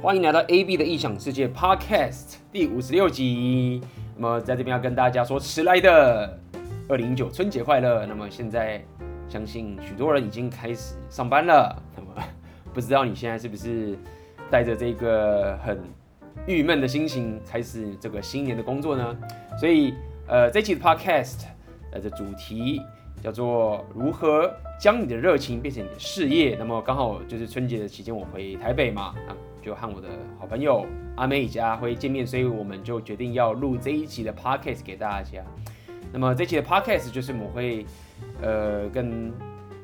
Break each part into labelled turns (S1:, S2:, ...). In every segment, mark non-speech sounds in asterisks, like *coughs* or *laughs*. S1: 欢迎来到 AB 的异想世界 Podcast 第五十六集。那么在这边要跟大家说，迟来的二零一九春节快乐。那么现在相信许多人已经开始上班了。那么不知道你现在是不是带着这个很郁闷的心情开始这个新年的工作呢？所以呃，这期的 Podcast 呃的主题叫做如何将你的热情变成你的事业。那么刚好就是春节的期间，我回台北嘛，那就和我的好朋友阿妹以及阿辉见面，所以我们就决定要录这一期的 podcast 给大家。那么这期的 podcast 就是我们会呃跟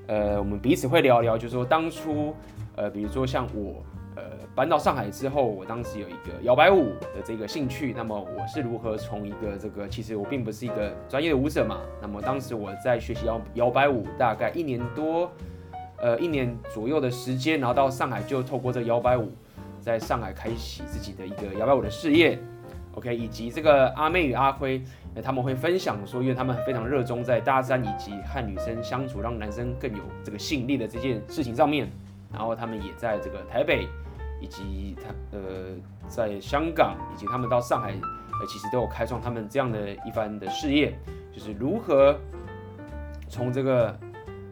S1: 呃我们彼此会聊聊，就是说当初呃比如说像我。呃，搬到上海之后，我当时有一个摇摆舞的这个兴趣。那么我是如何从一个这个，其实我并不是一个专业的舞者嘛。那么当时我在学习摇摇摆舞，大概一年多，呃，一年左右的时间，然后到上海就透过这个摇摆舞，在上海开启自己的一个摇摆舞的事业。OK，以及这个阿妹与阿辉，呃他们会分享说，因为他们非常热衷在搭讪以及和女生相处，让男生更有这个吸引力的这件事情上面。然后他们也在这个台北，以及他呃在香港，以及他们到上海，呃其实都有开创他们这样的一番的事业，就是如何从这个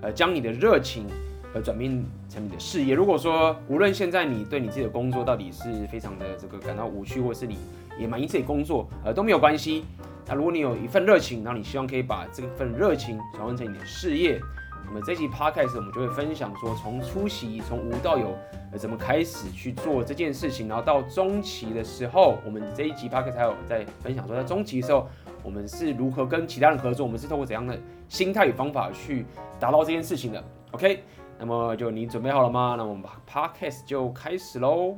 S1: 呃将你的热情呃转变成你的事业。如果说无论现在你对你自己的工作到底是非常的这个感到无趣，或是你也满意自己工作，呃都没有关系。那如果你有一份热情，然后你希望可以把这份热情转换成你的事业，那么这期 podcast 我们就会分享说，从初期从无到有，呃，怎么开始去做这件事情，然后到中期的时候，我们这一集 podcast 还有在分享说，在中期的时候，我们是如何跟其他人合作，我们是透过怎样的心态与方法去达到这件事情的。OK，那么就你准备好了吗？那我们把 podcast 就开始喽。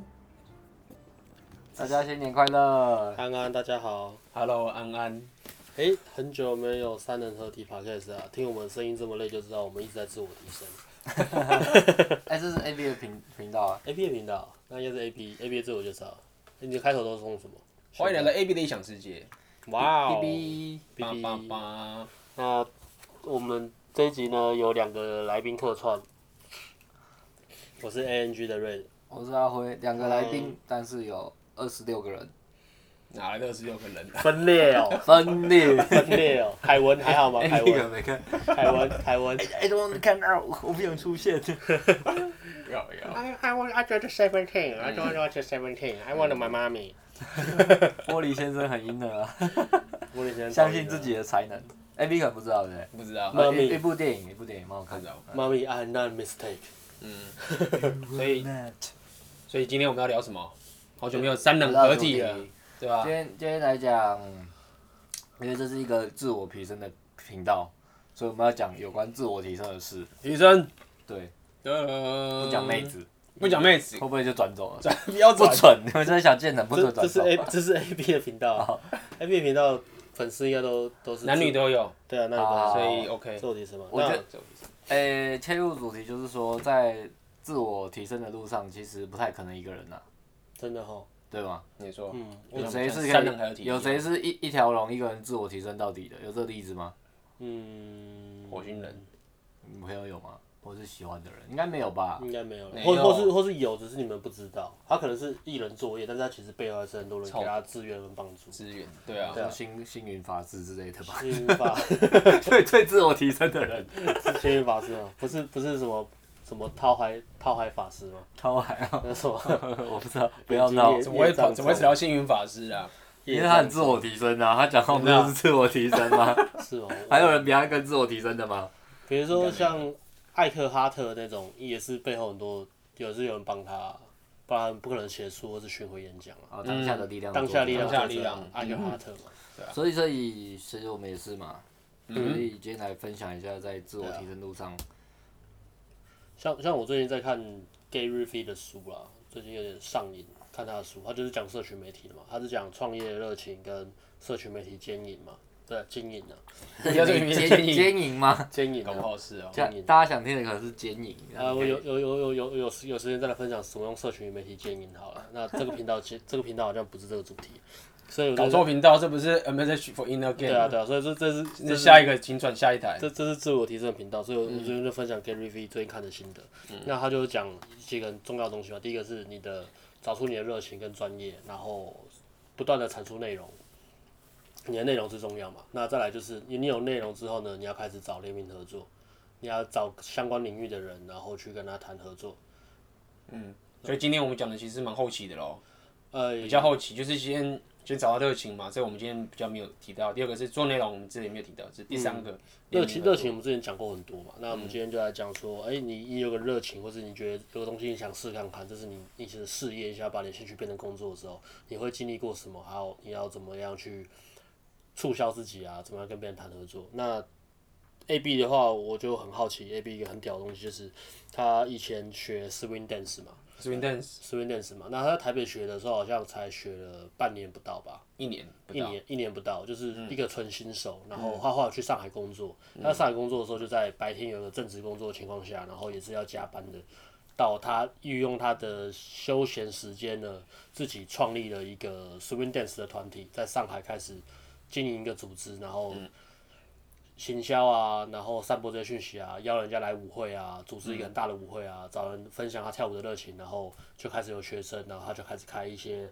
S2: 大家新年快乐！
S3: 安安，大家好。
S1: Hello，安安，
S3: 诶，很久没有三人合体 podcast 啊，听我们声音这么累就知道我们一直在自我提升。
S2: 哎、这是 A B 的频频道啊，
S3: A P 的频道，那应该是 A P A P 自我介绍。你的开头都是用什么？
S1: 欢迎来到 AB 的异想世界。
S3: 哇哦
S2: B B，
S1: 叭
S3: 哔
S1: 叭
S3: 哔
S1: 叭，
S3: 那我们这一集呢有两个来宾客串，我是 A N G 的瑞，
S2: 我是阿辉，两个来宾，但是有二十六个人，
S1: 哪来的二十六个人 *laughs* 啊？
S3: 分裂哦，
S2: 分 *laughs* 裂。
S3: 分裂哦。凯文还好吗？凯
S2: 那个
S3: 文，
S2: 没看
S3: 凯文，凯文。
S2: ，I don't want to come out，我不想出 *laughs* 现。
S1: 要要。
S3: I I want I just seventeen, I just want seventeen, I want my mommy。
S2: 玻璃先生很阴的 *laughs* 啊，
S3: 我以前
S2: 相信自己的才能。A B 可能不知道对不对？
S1: 不知道，
S3: 妈咪
S2: 一一部电影，一部电影蛮好看的。
S3: ，mommy I not mistake。
S1: *laughs* 所以
S2: That
S1: 所以今天我们要聊什么？好久没有三人合体了，对吧
S2: 今？天今天来讲，因为这是一个自我提升的频道，所以我们要讲有关自我提升的事。
S3: 提升，
S2: 对，
S1: 不
S2: 不讲妹，子，
S1: 不讲妹子
S2: 会，不会就转走了？
S1: 不要
S2: 不
S1: 转。
S2: 准， *laughs* 我真的想见人，不
S3: 这
S2: 准
S3: 这
S2: 转
S3: 是
S2: 手。
S3: A 这是 A B 的频道，A B 频道粉丝应该都都是
S1: 男女
S3: 的，
S1: 都有，
S3: 对啊，男女都
S2: 好
S1: 所
S3: 是
S1: 以 OK。
S3: 做提升嘛。
S2: 我觉得
S3: 那
S2: 诶、哎切入主题就是说，在自我提升的路上，其实不太可能一个人呐、啊
S3: 真的哈，
S2: 对吗？
S1: 你说，
S3: 嗯，我
S2: 有谁是
S1: 三人合
S2: 可
S1: 体
S2: 以，有谁是一一条龙一个人自我提升到底的？有这个例子吗？
S3: 嗯，
S1: 火星人，
S2: 你朋友有吗？我是喜欢的人，应该没有吧？
S3: 应该没有了，
S1: 没
S3: 或
S1: 有
S3: 或是或是有，只是你们不知道，他可能是一人作业，但是他其实背后还是很多人
S1: 操
S3: 给他资源跟帮助。
S1: 资源，对啊
S3: 对，啊
S2: 星星云法师之类的吧？ *laughs*
S3: 幸运法，
S2: 对对，自我提升的人，
S3: 是幸运法师吗？不是不是什么什么套海套海法师吗？
S2: 超海啊！
S3: 那是什么？
S2: 我不知道，不要闹
S3: 眼，
S1: 怎
S3: 睛
S1: 么会
S3: 业障
S1: 怎么会只聊星云法师啊？
S2: *laughs* 因为他很自我提升啊，他讲话不就是自我提升吗？
S3: 是哦，
S2: *laughs* 还有人比他更自我提升的吗？
S3: 比如说像艾克哈特那种，也是背后很多，有是有人帮他，不然不可能写书或是巡回演讲啊。
S2: 啊，当下的力量，
S3: 当下力量，
S1: 当下力量嗯
S3: 艾克哈特嘛，
S2: 所以，所以其实我们也是嘛，所以今天来分享一下在自我提升路上，
S3: 像像我最近在看 Gary Vee 的书啦，最近有点上瘾，看他的书，他就是讲社群媒体的嘛，他是讲创业热情跟社群媒体经营嘛，对，经营啊，
S1: *laughs* 你要这个名字
S2: 奸奸淫吗？
S3: 经营
S1: 搞不
S3: 啊。
S1: 好是哦。
S2: 这样大家想听的可能是奸淫。
S3: 啊，我有有有有有有时有时间再来分享什么用社群媒体经营好了。那这个频道其这个频道好像不是这个主题，所以我觉
S1: 搞
S3: 得
S1: 错频道，这不是 a message for inner
S3: 对啊
S1: game？
S3: 对啊，所以这这是
S1: 这
S3: 这
S1: 是
S3: 是
S1: 下一个，请转下一台。
S3: 这这是自我提升的频道，所以我
S1: 嗯
S3: 我最近就分享 Gary V 最近看的心得。那他就讲几个很重要的东西嘛，第一个是你的找出你的热情跟专业，然后不断的产出内容，你的内容最重要嘛。那再来就是你你有内容之后呢，你要开始找联名合作，你要找相关领域的人，然后去跟他谈合作。
S1: 所以今天我们讲的其实蛮后期的咯，
S3: 呃，
S1: 比较后期就是先先找到热情嘛，这我们今天比较没有提到。第二个是做内容，我们之前没有提到，是第三个
S3: 热情，热情我们之前讲过很多嘛，那我们今天就来讲说，哎、你你有个热情，或是你觉得有个东西你想试看看，这是你你的事业一下，把你的兴趣变成工作的时候，你会经历过什么？还有你要怎么样去促销自己啊？怎么样跟别人谈合作？那 A B 的话，我就很好奇，A B 一个很屌的东西就是他以前学 swing dance 嘛
S1: swing dance
S3: ，swing dance 嘛，那他在台北学的时候好像才学了半年不到吧。
S1: 一年不
S3: 一
S1: 到，嗯
S3: 年一年不到，就是一个纯新手。然后他后来去上海工作，他上海工作的时候就在白天有一个正职工作的情况下，然后也是要加班的。到他运用他的休闲时间呢，自己创立了一个 swing dance 的团体，在上海开始经营一个组织，然后
S1: 嗯
S3: 行销啊，然后散播这些讯息啊，邀人家来舞会啊，组织一个
S1: 嗯
S3: 很大的舞会啊，找人分享他跳舞的热情，然后就开始有学生，然后他就开始开一些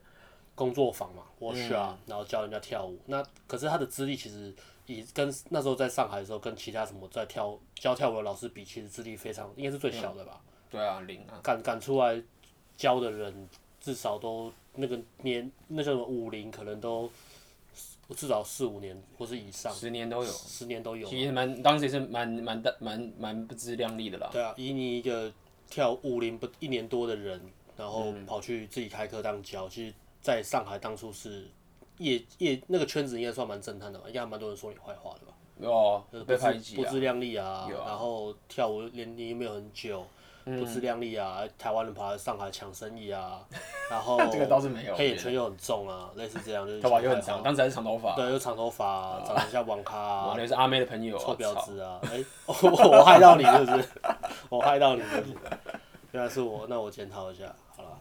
S3: 工作坊嘛，workshop，、然后
S1: 嗯
S3: 教人家跳舞。那可是他的资历其实以跟那时候在上海的时候，跟其他什么在跳教跳舞的老师比，其实资历非常应该是最小的吧。
S1: 对啊，零啊，
S3: 敢敢出来教的人，至少都那个年那叫什么五零，可能都至少四五年或是以上，
S1: 十年都有，
S3: 十年都有。
S1: 其实蛮当时也是蛮蛮大蛮蛮不自量力的啦。
S3: 对啊，以你一个跳五零不一年多的人，然后
S1: 嗯
S3: 跑去自己开课当教，其实在上海当初是业业那个圈子应该算蛮震撼的吧，应该还蛮多人说你坏话的吧。
S1: 哦
S3: 就是，呃不
S1: 被
S3: 自
S1: 排挤
S3: 不
S1: 啊，
S3: 自量力啊，
S1: 有啊嗯
S3: 然后跳舞年龄又没有很久，不自量力啊，台湾人跑来上海抢生
S1: *laughs*
S3: 意啊，然后
S1: 这个倒是没有
S3: 黑眼圈又很重啊，类似这样就是
S1: 头发又很
S3: 讲
S1: 长，
S3: 坏话，
S1: 当时还是长头发，
S3: 对，又长头发啊，长得像网咖
S1: 啊，
S3: 啊，
S1: 那是阿妹的朋友啊，
S3: 臭婊
S1: 操
S3: 子啊，哎，我我害到你是不是？我害到你是不是？原来是我，那我检讨一下，好了。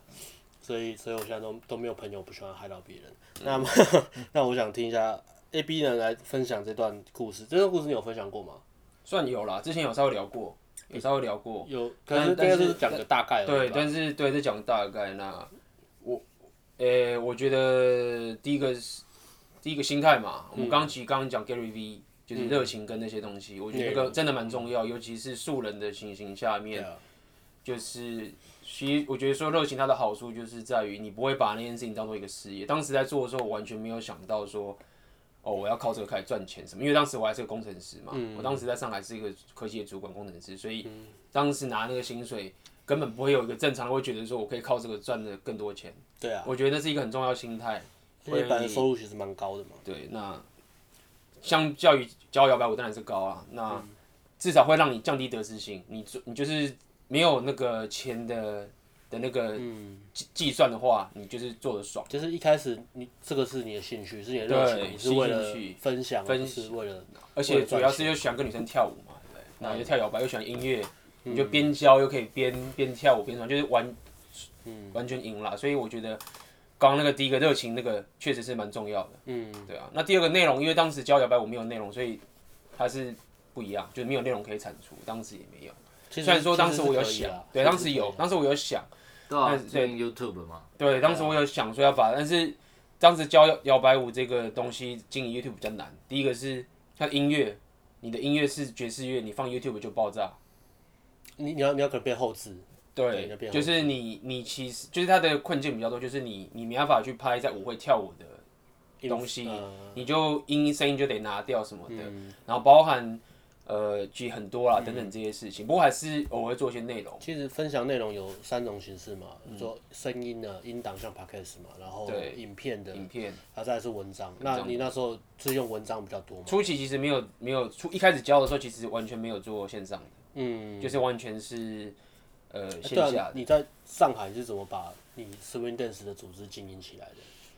S3: 所以，所以我现在都都没有朋友不喜欢害到别人。那么，
S1: 嗯
S3: *laughs* 那我想听一下 A B 呢来分享这段故事。这段故事你有分享过吗？
S1: 算有啦，之前有稍微聊过，有稍微聊过，
S3: 有，可
S1: 但
S3: 是
S1: 但
S3: 但
S1: 是
S3: 是讲个大概而已
S1: 对，
S3: 吧
S1: 但是对，在讲大概那，我，诶、我觉得第一个是第一个心态
S3: 嗯
S1: 嘛，我们刚其实刚刚讲 Gary V 就是热情跟那些东西，我觉得那
S3: 内
S1: 个
S3: 容
S1: 真的蛮重要，尤其是素人的情形下面，
S3: 对啊
S1: 就是其实我觉得说热情它的好处就是在于你不会把那件事情当做一个事业。当时在做的时候，我完全没有想到说，哦，我要靠这个开始赚钱什么，因为当时我还是个工程师嘛，
S3: 嗯
S1: 我当时在上海是一个科技的主管工程师，所以当时拿那个薪水。根本不会有一个正常人会觉得说，我可以靠这个赚的更多钱。
S3: 对啊，
S1: 我觉得那是一个很重要的心态。
S3: 因为本来收入其实蛮高的嘛。
S1: 对，那相较于教摇摆舞当然是高啊，那至少会让你降低得失心。你做你就是没有那个钱的的那个计计算的话，你就是做的爽。
S3: 就是一开始你这个是你的兴趣，是你的热
S1: 对
S3: 情，你是为
S1: 兴
S3: 了
S1: 趣
S3: 分享，而
S1: 分
S3: 不是为了
S1: 而
S3: 为
S1: 且
S3: 了
S1: 主
S3: 赚
S1: 要是
S3: 钱
S1: 又喜欢跟女生跳舞嘛，对不对？然后又跳摇摆，又喜欢音乐，
S3: 嗯
S1: 你就边教又可以边边跳舞边玩，就是完，
S3: 嗯
S1: 完全赢了。所以我觉得刚刚那个第一个热情那个确实是蛮重要的，嗯，对啊。那第二个内容，因为当时教摇摆舞没有内容，所以它是不一样，就是没有内容可以产出，当时也没有。
S3: 其实
S1: 虽然说当时我有
S3: 其实是可以
S1: 想
S3: 啦，
S1: 对，
S3: 其实
S1: 当时
S3: 是可以啊
S1: 有，
S3: 啦
S1: 当时我有想。
S2: 对啊，
S1: 但是对
S2: 进 YouTube 嘛，
S1: 对，当时我有想说要把，但是当时教摇摆舞这个东西经营 YouTube 比较难。第一个是像音乐，你的音乐是爵士乐，你放 YouTube 就爆炸。
S3: 你你要你要可能变后置，对
S1: 对
S3: 那，变好
S1: 就是你你其实就是它的困境比较多，就是你你没办法去拍在舞会跳舞的东西，
S3: 呃
S1: 你就音声音就得拿掉什么的，然后包含呃其实很多啦等等这些事情，不过还是偶尔做一些内容。
S3: 其实分享内容有三种形式嘛，说声音的音档像 podcast 嘛，然后
S1: 嗯对
S3: 影片的，
S1: 影片
S3: 然后再来是文章。那你那时候是用文章比较多嘛？
S1: 初期其实没有没有初一开始教的时候，其实完全没有做线上的。
S3: 嗯，
S1: 就是完全是呃
S3: 哎
S1: 线
S3: 对
S1: 下
S3: 啊，
S1: 的。
S3: 你在上海是怎么把你 swing dance 的组织经营起来的？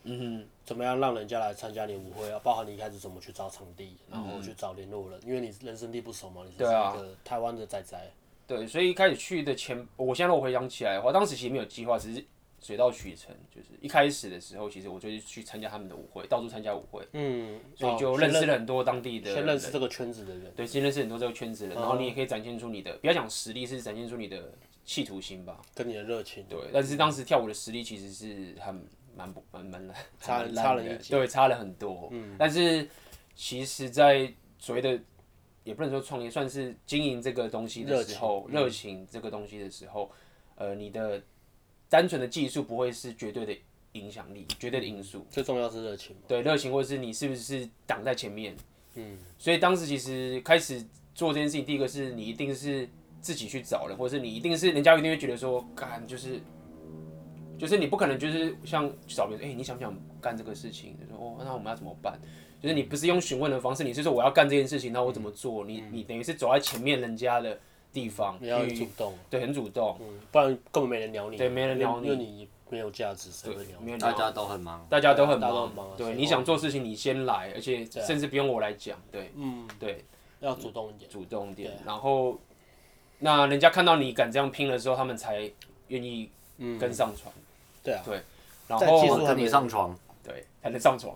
S1: 嗯
S3: 怎么样让人家来参加你的舞会啊？包含你一开始怎么去找场地，然后去找联络人，因为你人生地不熟嘛，你是
S1: 嗯
S3: 一
S1: 对啊
S3: 个台湾的仔仔，
S1: 哼，对，所以一开始去的前，我现在如果回想起来的话，当时其实没有计划，只是水到渠成，就是一开始的时候，其实我就是去参加他们的舞会，到处参加舞会，
S3: 嗯，
S1: 所以
S3: 哦
S1: 就
S3: 先
S1: 认识了很多当地的
S3: 先认识哦这个圈子的人，
S1: 对，先认识很多这个圈子的人，然后你也可以展现出你的，不要讲实力，是展现出你的企图心吧。
S3: 跟你的热情，
S1: 对，但是当时跳舞的实力其实是很蛮不蛮蛮烂，
S3: 差
S1: 蛮烂
S3: 差了
S1: 的
S3: 一截
S1: 对，差了很多。嗯，但是其实，在所谓的也不能说创业，算是经营这个东西的
S3: 热
S1: 时候，热情这个东西的时候，呃，你的单纯的技术不会是绝对的影响力，绝对的因素。
S3: 最重要是热情嘛。
S1: 对，热情或者是你是不是挡在前面。嗯，所以当时其实开始做这件事情，第一个是你一定是自己去找人，或者是你一定是人家一定会觉得说，干就是。就是你不可能就是像找别人，哎、你想不想干这个事情？就说哦，那我们要怎么办？就是你不是用询问的方式，你是说我要干这件事情，那我怎么做？你你等于是走在前面人家的地方，
S3: 你要
S1: 去
S3: 主动，
S1: 对，很主动，
S3: 嗯，不然根本没人鸟你。
S1: 对没人鸟你
S3: 因为你没有价值，谁会鸟你？
S1: 没有
S2: 大家都很忙，
S1: 大家都很
S3: 大家都
S1: 忙
S3: 很忙啊，所
S1: 对，
S3: 以
S1: 你想做事情你先来，而且
S3: 对啊
S1: 甚至不用我来讲，对
S3: 嗯，
S1: 对，
S3: 要主动一点。
S1: 主动一点
S3: 对啊，
S1: 然后那人家看到你敢这样拼的时候，他们才愿意
S3: 嗯，
S1: 跟上床，
S3: 对啊，
S1: 然
S3: 在技
S1: 后
S3: 术
S2: 我哦跟你上床，
S1: 对才能上床。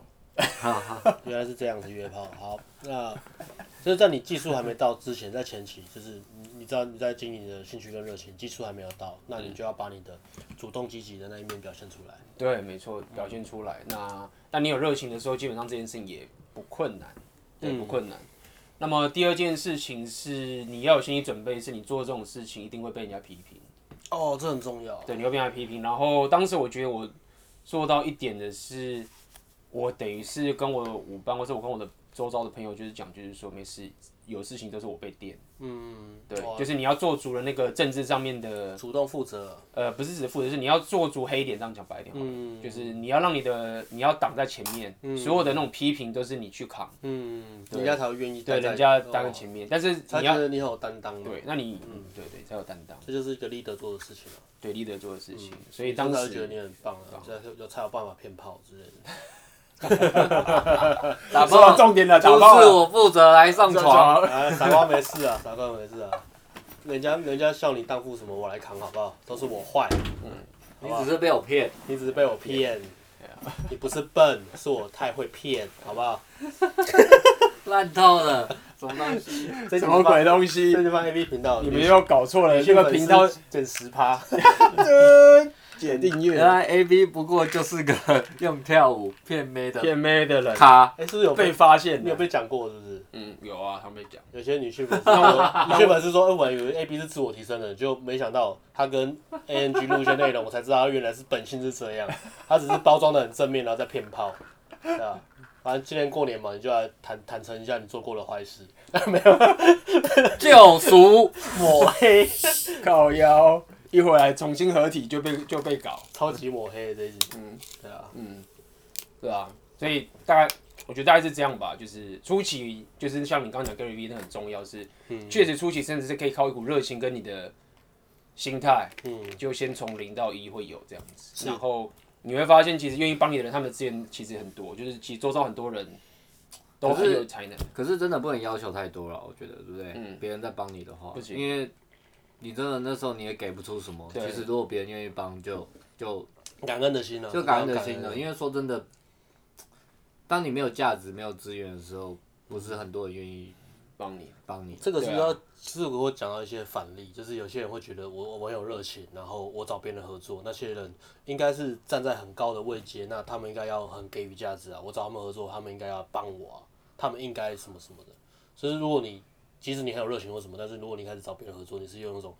S3: 原来是这样子约炮。好，那 *laughs* 就是在你技术还没到之前，在前期，就是你你知道你在经营的兴趣跟热情，技术还没有到，那你就要把你的主动积极的那一面表现出来。
S1: 对，没错，表现出来。那当你有热情的时候，基本上这件事情也不困难，
S3: 嗯
S1: 对，不困难。那么第二件事情是你要有心理准备，是你做这种事情一定会被人家批评，
S3: 哦，这很重要。
S1: 对，你会被人家批评。然后当时我觉得我做到一点的是，我等于是跟我的舞伴或者我跟我的周遭的朋友就是讲，就是说没事，有事情都是我被电。
S3: 嗯，
S1: 对
S3: 哇，
S1: 就是你要做足了那个政治上面的，
S3: 主动负责。
S1: 呃，不是只负责，是你要做足黑点，这样讲白一点好了，
S3: 嗯
S1: 就是你要让你的，你要挡在前面，所有的那种批评都是你去扛，
S3: 嗯，人家才会愿意
S1: 对，
S3: 待在
S1: 人家
S3: 哦
S1: 挡在前面，但是
S3: 才
S1: 你
S3: 觉
S1: 要
S3: 得你很有担当嘛。啊
S1: 对，那你，嗯，对对，才有担当，
S3: 这就是一个 leader 做的事情啊。
S1: 对立得做的事情，所以当
S3: 嗯你才会觉
S1: 时
S3: 得你很棒啊，才有才有办法骗炮之类的。
S2: 打
S1: 说到重点了，打啊
S2: 不
S1: 爆
S2: 是
S1: 了，
S2: 我负责来上床，
S3: 啊，傻瓜没事啊，傻瓜没事啊。人家人家笑你荡妇什么，我来扛好不好？都是我坏，
S2: 你只是被我骗。
S3: 你只是被我骗。你不是笨，是我太会骗，好不好？
S2: 烂透了，什么东西？
S3: 这
S1: 什么鬼东
S3: 这
S1: 西？
S3: 地方 A B 频道，
S1: 你们又搞错了，这个频道
S3: 减
S1: *laughs*
S3: 十趴， *laughs* 哎
S1: 解订阅
S2: 原来 A B 不过就是个用跳舞骗妹的
S1: 骗妹的人
S2: 咖，
S3: 哎，是不是有
S1: 被
S3: 被？
S1: 发现
S3: 你有
S1: 了，
S3: 被讲过是不是？
S1: 嗯，有啊，他们讲，
S3: 有些女性粉丝说，女性粉丝说，哎，我以为 A B 是自我提升的，就没想到他跟 A N G 录一些内容，我才知道他原来是本性是这样，他只是包装的很正面，然后再骗炮，对啊。反正今年过年嘛，你就来坦坦诚一下你做过的坏事，
S2: 救赎。
S3: 抹黑，
S1: 靠腰，一回来重新合体就被就被搞。
S3: 超级抹黑的这一集，
S1: 嗯
S3: 嗯，对啊，
S1: 嗯，对啊，所以大概我觉得大概是这样吧，就是初期就是像你刚刚讲 Gary V 那很重要是，
S3: 嗯
S1: 确实初期甚至是可以靠一股热情跟你的心态，
S3: 嗯，
S1: 就先从零到一会有这样子，
S3: 是
S1: 然后你会发现其实愿意帮你的人，他们的资源其实很多，就是其实周遭很多人都
S2: 可
S1: 很
S2: 是
S1: 有才能，
S2: 可是真的不能要求太多了，我觉得，对不对？
S1: 嗯
S2: 别人在帮你的话，
S1: 不行
S2: 因为你真的那时候你也给不出什么。
S1: 对嗯
S2: 其实如果别人愿意帮，就就
S3: 感恩的心呢，
S2: 就感恩的心啊了。
S3: 为
S2: 因为说真的，当你没有价值、没有资源的时候，不是很多人愿意
S1: 帮你，
S2: 帮你。
S3: 这个是不是
S1: 对啊
S3: 要，是我会讲到一些反例，就是有些人会觉得我我很有热情，然后我找别人合作，那些人应该是站在很高的位阶，那他们应该要很给予价值啊，我找他们合作，他们应该要帮我啊，他们应该什么什么的。所以如果你即使你很有热情或什么，但是如果你开始找别人合作，你是用一种，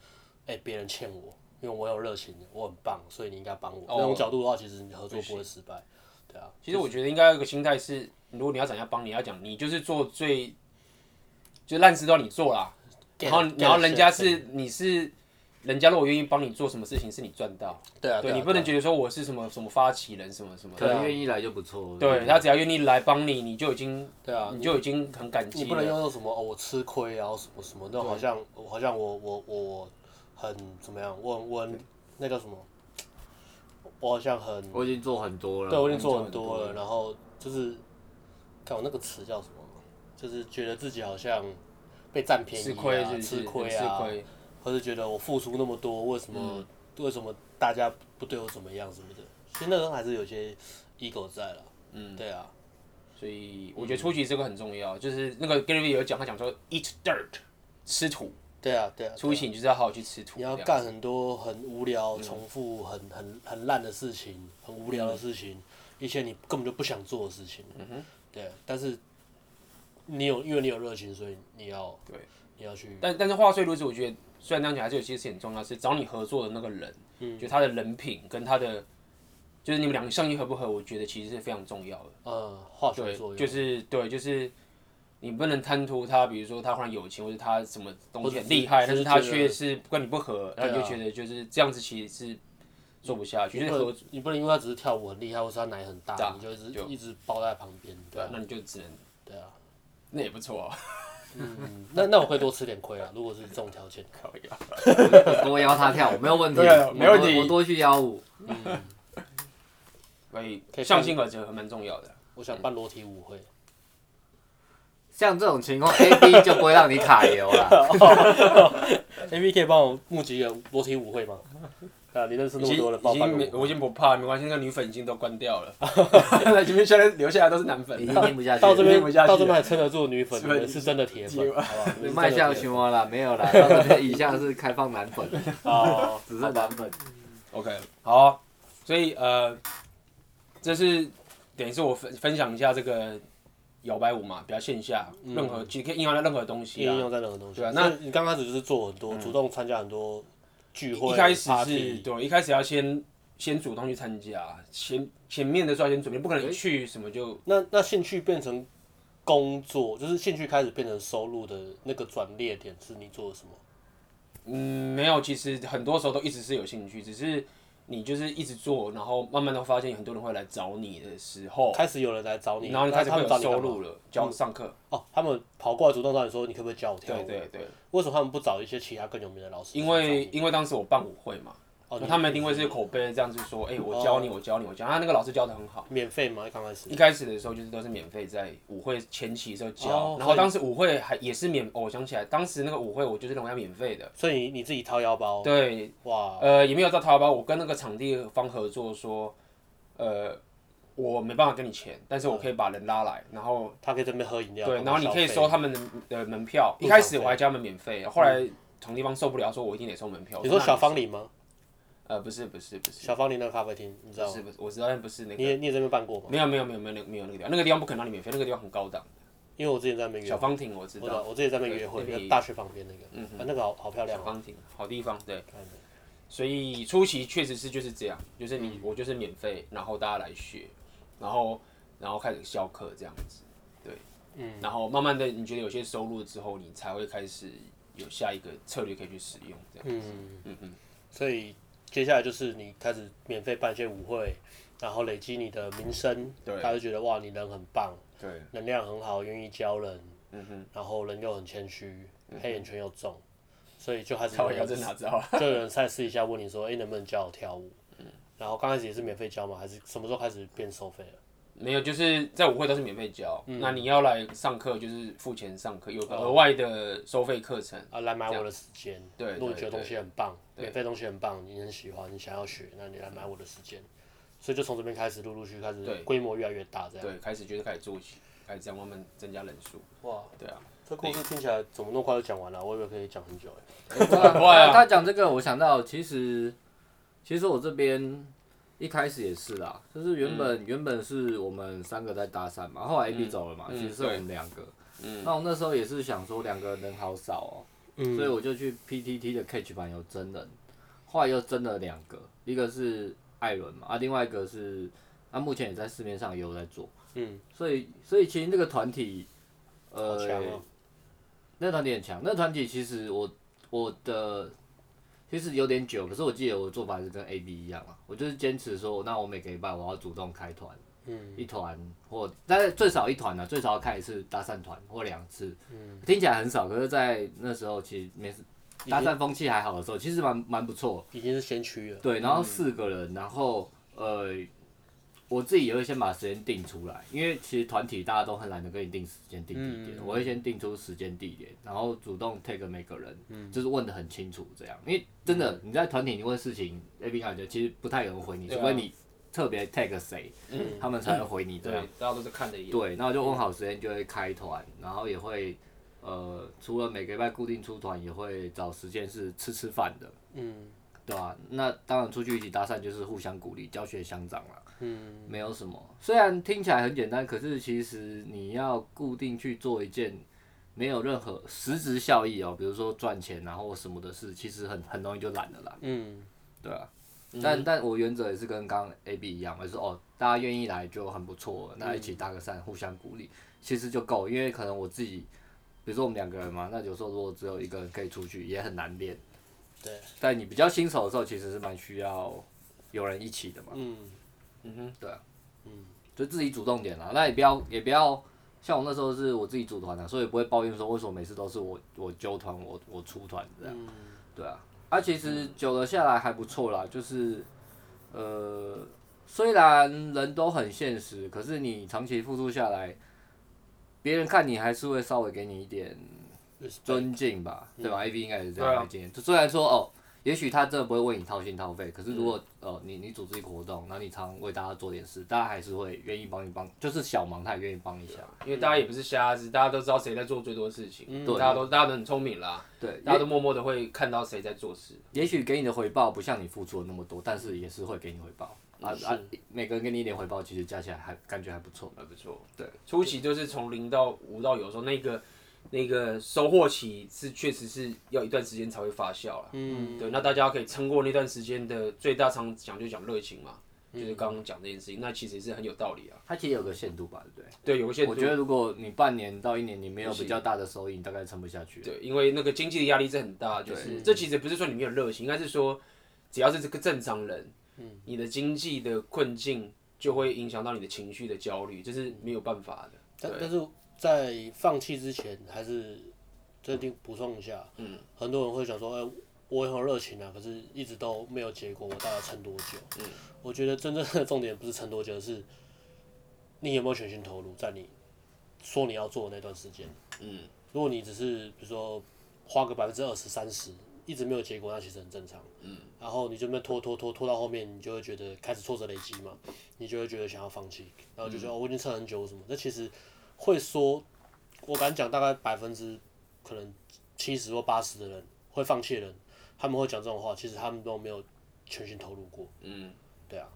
S3: 哎、别人欠我，因为我有热情，我很棒，所以你应该帮我。
S1: 哦
S3: 那种角度的话，其实你合作不会失败，对啊，
S1: 其实我觉得应该有个心态是，如果你要讲要帮你，要讲你就是做最，就是烂事都要你做啦。然后
S3: Get- 嗯
S1: 然后
S3: get
S1: 人家
S3: a shit
S1: 是你是人家如果愿意帮你做什么事情，是你赚到。
S3: 对啊，
S1: 对
S3: 啊
S1: 你不能
S3: 对啊啊
S1: 觉得说我是什么什么发起人什么什么
S2: 可
S1: 的。
S2: 能愿意来就不错。
S1: 啊对他只要愿意来帮你，你就已经
S3: 嗯对啊，
S1: 你就已经很感
S3: 你
S1: 激
S3: 不能
S1: 了。
S3: 用那种什么哦，我吃亏啊，什么什么，那种好像我好像我我我我很怎么样？我很我很那叫什么？我好像很
S2: 我已经做很多了。
S3: 对我已经
S1: 你
S3: 做
S1: 做
S3: 很
S1: 很多
S3: 多了，
S1: 了
S3: 然后就是，看我那个词叫什么？就是觉得自己好像被占便宜、啊、
S1: 吃亏是不是
S3: 吃亏啊，
S1: 吃亏嗯
S3: 或是觉得我付出那么多，为什么为什么大家不对我怎么样什么的，其实那时候还是有些 ego 在了。嗯，对啊，
S1: 所
S3: 嗯
S1: 以我觉得出局这个很重要，就是那个 Gary Vee 有讲，他讲说 eat dirt，吃土，
S3: 对啊，对啊，
S1: 出行就是要好好去吃土。
S3: 你要
S1: 这样
S3: 干很多很无聊、
S1: 嗯
S3: 重复、很很很烂的事情，很无聊的事情，
S1: 嗯
S3: 一些你根本就不想做的事情。嗯哼，对，但是你有，因为你有热情，所以你要
S1: 对，
S3: 你要去
S1: 但但是话虽如此，我觉得虽然这样讲，还是有些事情很重要，是找你合作的那个人，
S3: 嗯
S1: 就他的人品跟他的，就是你们两个相性合不合，我觉得其实是非常重要的。
S3: 呃化学
S1: 对
S3: 作，用，
S1: 就是对，就是你不能贪图他，比如说他忽然有钱，或者他什么东西
S3: 或者
S1: 很
S3: 是
S1: 厉害，但
S3: 就是是
S1: 他
S3: 觉
S1: 却
S3: 得
S1: 是跟你不合，然后你就觉得就是这样子，其实是做不下去，
S3: 你
S1: 就是
S3: 不
S1: 合
S3: 能你不能因为他只是跳舞很厉害，或是他奶很大，
S1: 大
S3: 你就一直
S1: 啊就
S3: 一直包在旁边。对
S1: 对啊
S3: 啊，，
S1: 那你就只能
S3: 对啊，
S1: 那也不错啊，
S3: 嗯，那那我会多吃点亏啊，如 *laughs* 果是这种条件。
S1: 可以啊。
S2: 多邀
S1: *laughs*
S2: 他跳舞没有问题，
S1: 对啊
S2: 我
S1: 没问题
S2: 多我多去邀舞，
S1: 所以
S3: 可以
S1: 相
S3: 看
S1: 信而折还蛮重要的。
S3: 我想办裸体舞会，
S2: 像这种情况，A B 就不会让你卡油了。
S1: *laughs* 嗯
S3: A V 可以帮我募集一个裸体舞会吗？啊，你认识
S1: 已
S3: 那么
S1: 经
S3: 多人，
S1: 已
S3: 帮我办
S1: 经
S3: 个
S1: 没
S3: 舞
S1: 我已经不怕，没关系，那女粉已经都关掉
S3: *laughs*
S1: 了，那前面现在留下来都是男粉
S2: 已。经听不下去
S3: 到这
S2: 了，
S1: 听不
S3: 边
S1: 下去了
S3: 到这边还撑得住女粉，
S1: 是
S3: 你
S1: 吧
S3: 们是真的铁粉，好吧？你们是真的铁粉
S2: 卖笑熊猫了，没有啦。到这边以下是开放男粉，
S3: 哦，
S1: *laughs*
S2: 只是男粉。
S1: OK，好，所以呃，这是等于是我分分享一下这个摇摆舞嘛，比较线下，任何其实可以应用在任何东西
S3: 嗯应
S1: 啊。
S3: 用在任何东西。
S1: 对啊那嗯
S3: 所以你刚开始就是做很多，主动参加很多聚会，
S1: 一开始是
S3: party
S1: 对，一开始要先先主动去参加，前前面的时候要先准备，不可能一去什么就
S3: 那那兴趣变成工作，就是兴趣开始变成收入的那个转捩点是你做了什么？
S1: 嗯没有。其实很多时候都一直是有兴趣，只是你就是一直做，然后慢慢的发现很多人会来找你的时候，
S3: 开始有人来找
S1: 哦
S3: 你，
S1: 然后你开始
S3: 他
S1: 会有
S3: 们找你干
S1: 收
S3: 嘛
S1: 入了，教上课，
S3: 哦。他们跑过来主动找你说，你可不可以教我跳
S1: 对
S3: 舞？
S1: 对对。
S3: 为什么他们不找一些其他更有名的老师？
S1: 因为因为当时我办舞会嘛，
S3: 哦
S1: 就
S3: 你哦
S1: 他们一定会是口碑这样子说，哎、我教你，我教你，我教你。他那个老师教的很好，
S3: 免费嘛，一刚开始
S1: 一开始的时候就是都是免费在舞会前期的时候教，
S3: 哦
S1: 然后当时舞会还也是免，哦我想起来，当时那个舞会我就是认为要免费的，
S3: 所以你你自己掏腰包，
S1: 对，
S3: 哇，
S1: 呃，也没有到淘宝，我跟那个场地方合作说，呃，我没办法给你钱，但是我
S3: 嗯
S1: 可以把人拉来，然后。
S3: 他可以在那边喝饮料，
S1: 对，然后你可以收
S3: 消费。
S1: 他们的呃门票。一
S3: 入
S1: 开
S3: 场
S1: 始我
S3: 费嗯
S1: 还教他们免费，后来场地方受不了，说我一定得收门票。
S3: 你
S1: 我
S3: 说
S1: 那
S3: 小芳林吗？
S1: 呃不是不是不是
S3: 小芳林那个咖啡厅，你知
S1: 不
S3: 道
S1: 是
S3: 吗？
S1: 不是，我知道但不是那
S3: 你
S1: 个，
S3: 也你也在那边办过吗？
S1: 没有没有没有没有那个没有那个地方，那个地方不可能让你免费，那个地方很高档。
S3: 因为我之前在那边约
S1: 小
S3: 会，
S1: 方亭我知
S3: 我
S1: 道，
S3: 我之前在那边约
S1: 对
S3: 会，
S1: 那边也嗯
S3: 那大学旁边那个，啊，那个好好漂亮
S1: 小
S3: 哦。
S1: 方亭好地方，对。所以初期确实是就是这样，就是你
S3: 嗯
S1: 我就是免费，然后大家来学，然后然后开始教课这样子，对，嗯，然后慢慢的你觉得有些收入之后，你才会开始有下一个策略可以去使用这样。
S3: 所以接下来就是你开始免费办一些舞会，然后累积你的名声，
S1: 对
S3: 大家就觉得哇，你人很棒，
S1: 对，嗯
S3: 能量很好，愿意教人，然后人又很谦虚，黑眼圈又重，所以就 *laughs* 开始
S1: *laughs* 靠
S3: 有
S1: 腰
S3: 人
S1: 真哪知道啊？
S3: *laughs* 就有人在私底下问你说，哎、能不能教我跳舞？然后刚开始也是免费教吗？还是什么时候开始变收费了？
S1: 没有，就是在舞会都是免费教，那你要来上课就是付钱上课，有个额外的收费课程。
S3: 啊，来买我的时间。
S1: 对
S3: 如果你
S1: 对
S3: 觉得东
S1: 对
S3: 西很棒，
S1: 对
S3: 免费东西很棒，你很喜欢，你想要学，那你来买我的时间。所以就从这边开始，陆陆续续开始
S1: 对
S3: 规模越来越大，这样。
S1: 对，开始就是开始做起，开始这样慢慢增加人数。
S3: 哇，
S1: 对啊，
S3: 这故事听起来怎么那么快就讲完了？我以为可以讲很久哎。
S1: 很快啊
S2: 他讲这个，我想到其实其实我这边一开始也是啦，就是原本、原本是我们三个在搭讪嘛，后来 A B 走了嘛，
S1: 嗯
S2: 其实是我们两个。那我那时候也是想说两个人好少哦、
S3: 嗯
S2: 所以我就去 PTT 的 Catch 版有真人，后来又真了两个，一个是艾伦嘛，啊，另外一个是啊，目前也在市面上也有在做，
S3: 嗯，
S2: 所以所以其实那个团体，呃
S3: 好，强
S1: 呃
S3: 哦！
S2: 那团体很强，那团体其实我我的其实有点久，可是我记得我的做法是跟 A B 一样啊，我就是坚持说，那我每个礼拜我要主动开团，
S3: 嗯，
S2: 一团或但是最少一团呢、啊，最少要开一次搭讪团或两次，嗯，听起来很少，可是在那时候其实没事，搭讪风气还好的时候，其实蛮蛮不错，
S1: 嗯
S3: 已经是先驱了。
S2: 对，然后四个人，然后呃，我自己也会先把时间定出来，因为其实团体大家都很懒得跟你定时间定地
S1: 嗯
S2: 点，我会先定出时间地点，然后主动 take 每个人，
S1: 嗯
S2: 就是问的很清楚这样。因为真的你在团体你问事情，A B 感觉其实不太有人回你，
S1: 对啊嗯
S2: 除非你特别 take 谁，他们才会回你这样
S1: 对。，大家都是看的眼。
S2: 啊对，那我就问好时间就会开团，然后也会呃，除了每个礼拜固定出团，也会找时间是吃吃饭的，
S3: 嗯，
S2: 对吧、那当然出去一起搭讪就是互相鼓励，教学相长啦。嗯，没有什么，虽然听起来很简单，可是其实你要固定去做一件没有任何实质效益哦，比如说赚钱然后什么的事，其实很很容易就懒了啦。
S3: 嗯，
S2: 对啊，但但我原则也是跟刚刚 A B 一样嘛，就是哦，大家愿意来就很不错了，那一起搭个讪，互相鼓励，其实就够。因为可能我自己，比如说我们两个人嘛，那有时候如果只有一个人可以出去，也很难练。
S3: 对，
S2: 但你比较新手的时候，其实是蛮需要有人一起的嘛。
S3: 嗯，
S4: 嗯哼，
S2: 对啊，嗯，就自己主动点啦。那也不要也不要像我那时候是我自己组团啊的、所以不会抱怨说为什么每次都是我我揪团我我出团这样。对啊，啊，其实久了下来还不错啦，就是呃，虽然人都很现实，可是你长期付出下来，别人看你还是会稍微给你一点尊敬吧，嗯对吧、a B 应该也是这
S1: 对
S2: 样
S1: 啊
S2: 的经验。就虽然说哦，也许他真的不会为你掏心掏肺，可是如果、哦你你组织一个活动，然后你常为大家做点事，大家还是会愿意帮你帮，就是小忙他也愿意帮一下。
S1: 因为大家也不是瞎子，大家都知道谁在做最多事情，
S2: 对
S1: 大家都大家都很聪明啦，
S2: 对，
S1: 大家都默默的会看到谁在做事。
S2: 也许给你的回报不像你付出的那么多，但是也是会给你回报。啊啊！每个人给你一点回报，其实加起来还感觉还不错。
S1: 啊还不错。
S2: 对，
S1: 初期就是从零到无到有的时候，那个那个收获期是确实是要一段时间才会发酵了。嗯，对，那大家可以撑过那段时间的最大常讲就讲热情嘛，就是刚刚讲这件事情，那其实是很有道理啊。
S2: 它其实有个限度吧，对不对？
S1: 对，有一些
S2: 我觉得如果你半年到一年你没有比较大的收益，你大概撑不下去。
S1: 对，因为那个经济的压力是很大，就是这其实不是说你没有热情，应该是说只要是这个正常人，你的经济的困境就会影响到你的情绪的焦虑，这是没有办法的。
S3: 但但是在放弃之前，还是这定补充一下，嗯，很多人会想说，哎、我很有热情啊，可是一直都没有结果，我到底要撑多久？嗯，我觉得真正的重点不是撑多久，而是你有没有全心投入在你说你要做的那段时间。嗯，如果你只是比如说花个百分之二十、三十，一直没有结果，那其实很正常。嗯，然后你就那边拖拖拖拖到后面，你就会觉得开始挫折累积嘛，你就会觉得想要放弃，然后就觉得、哦我已经撑很久什么，那其实会说，我敢讲大概百分之可能七十或八十的人会放弃的人，他们会讲这种话，其实他们都没有全心投入过。
S1: 嗯，
S3: 对啊，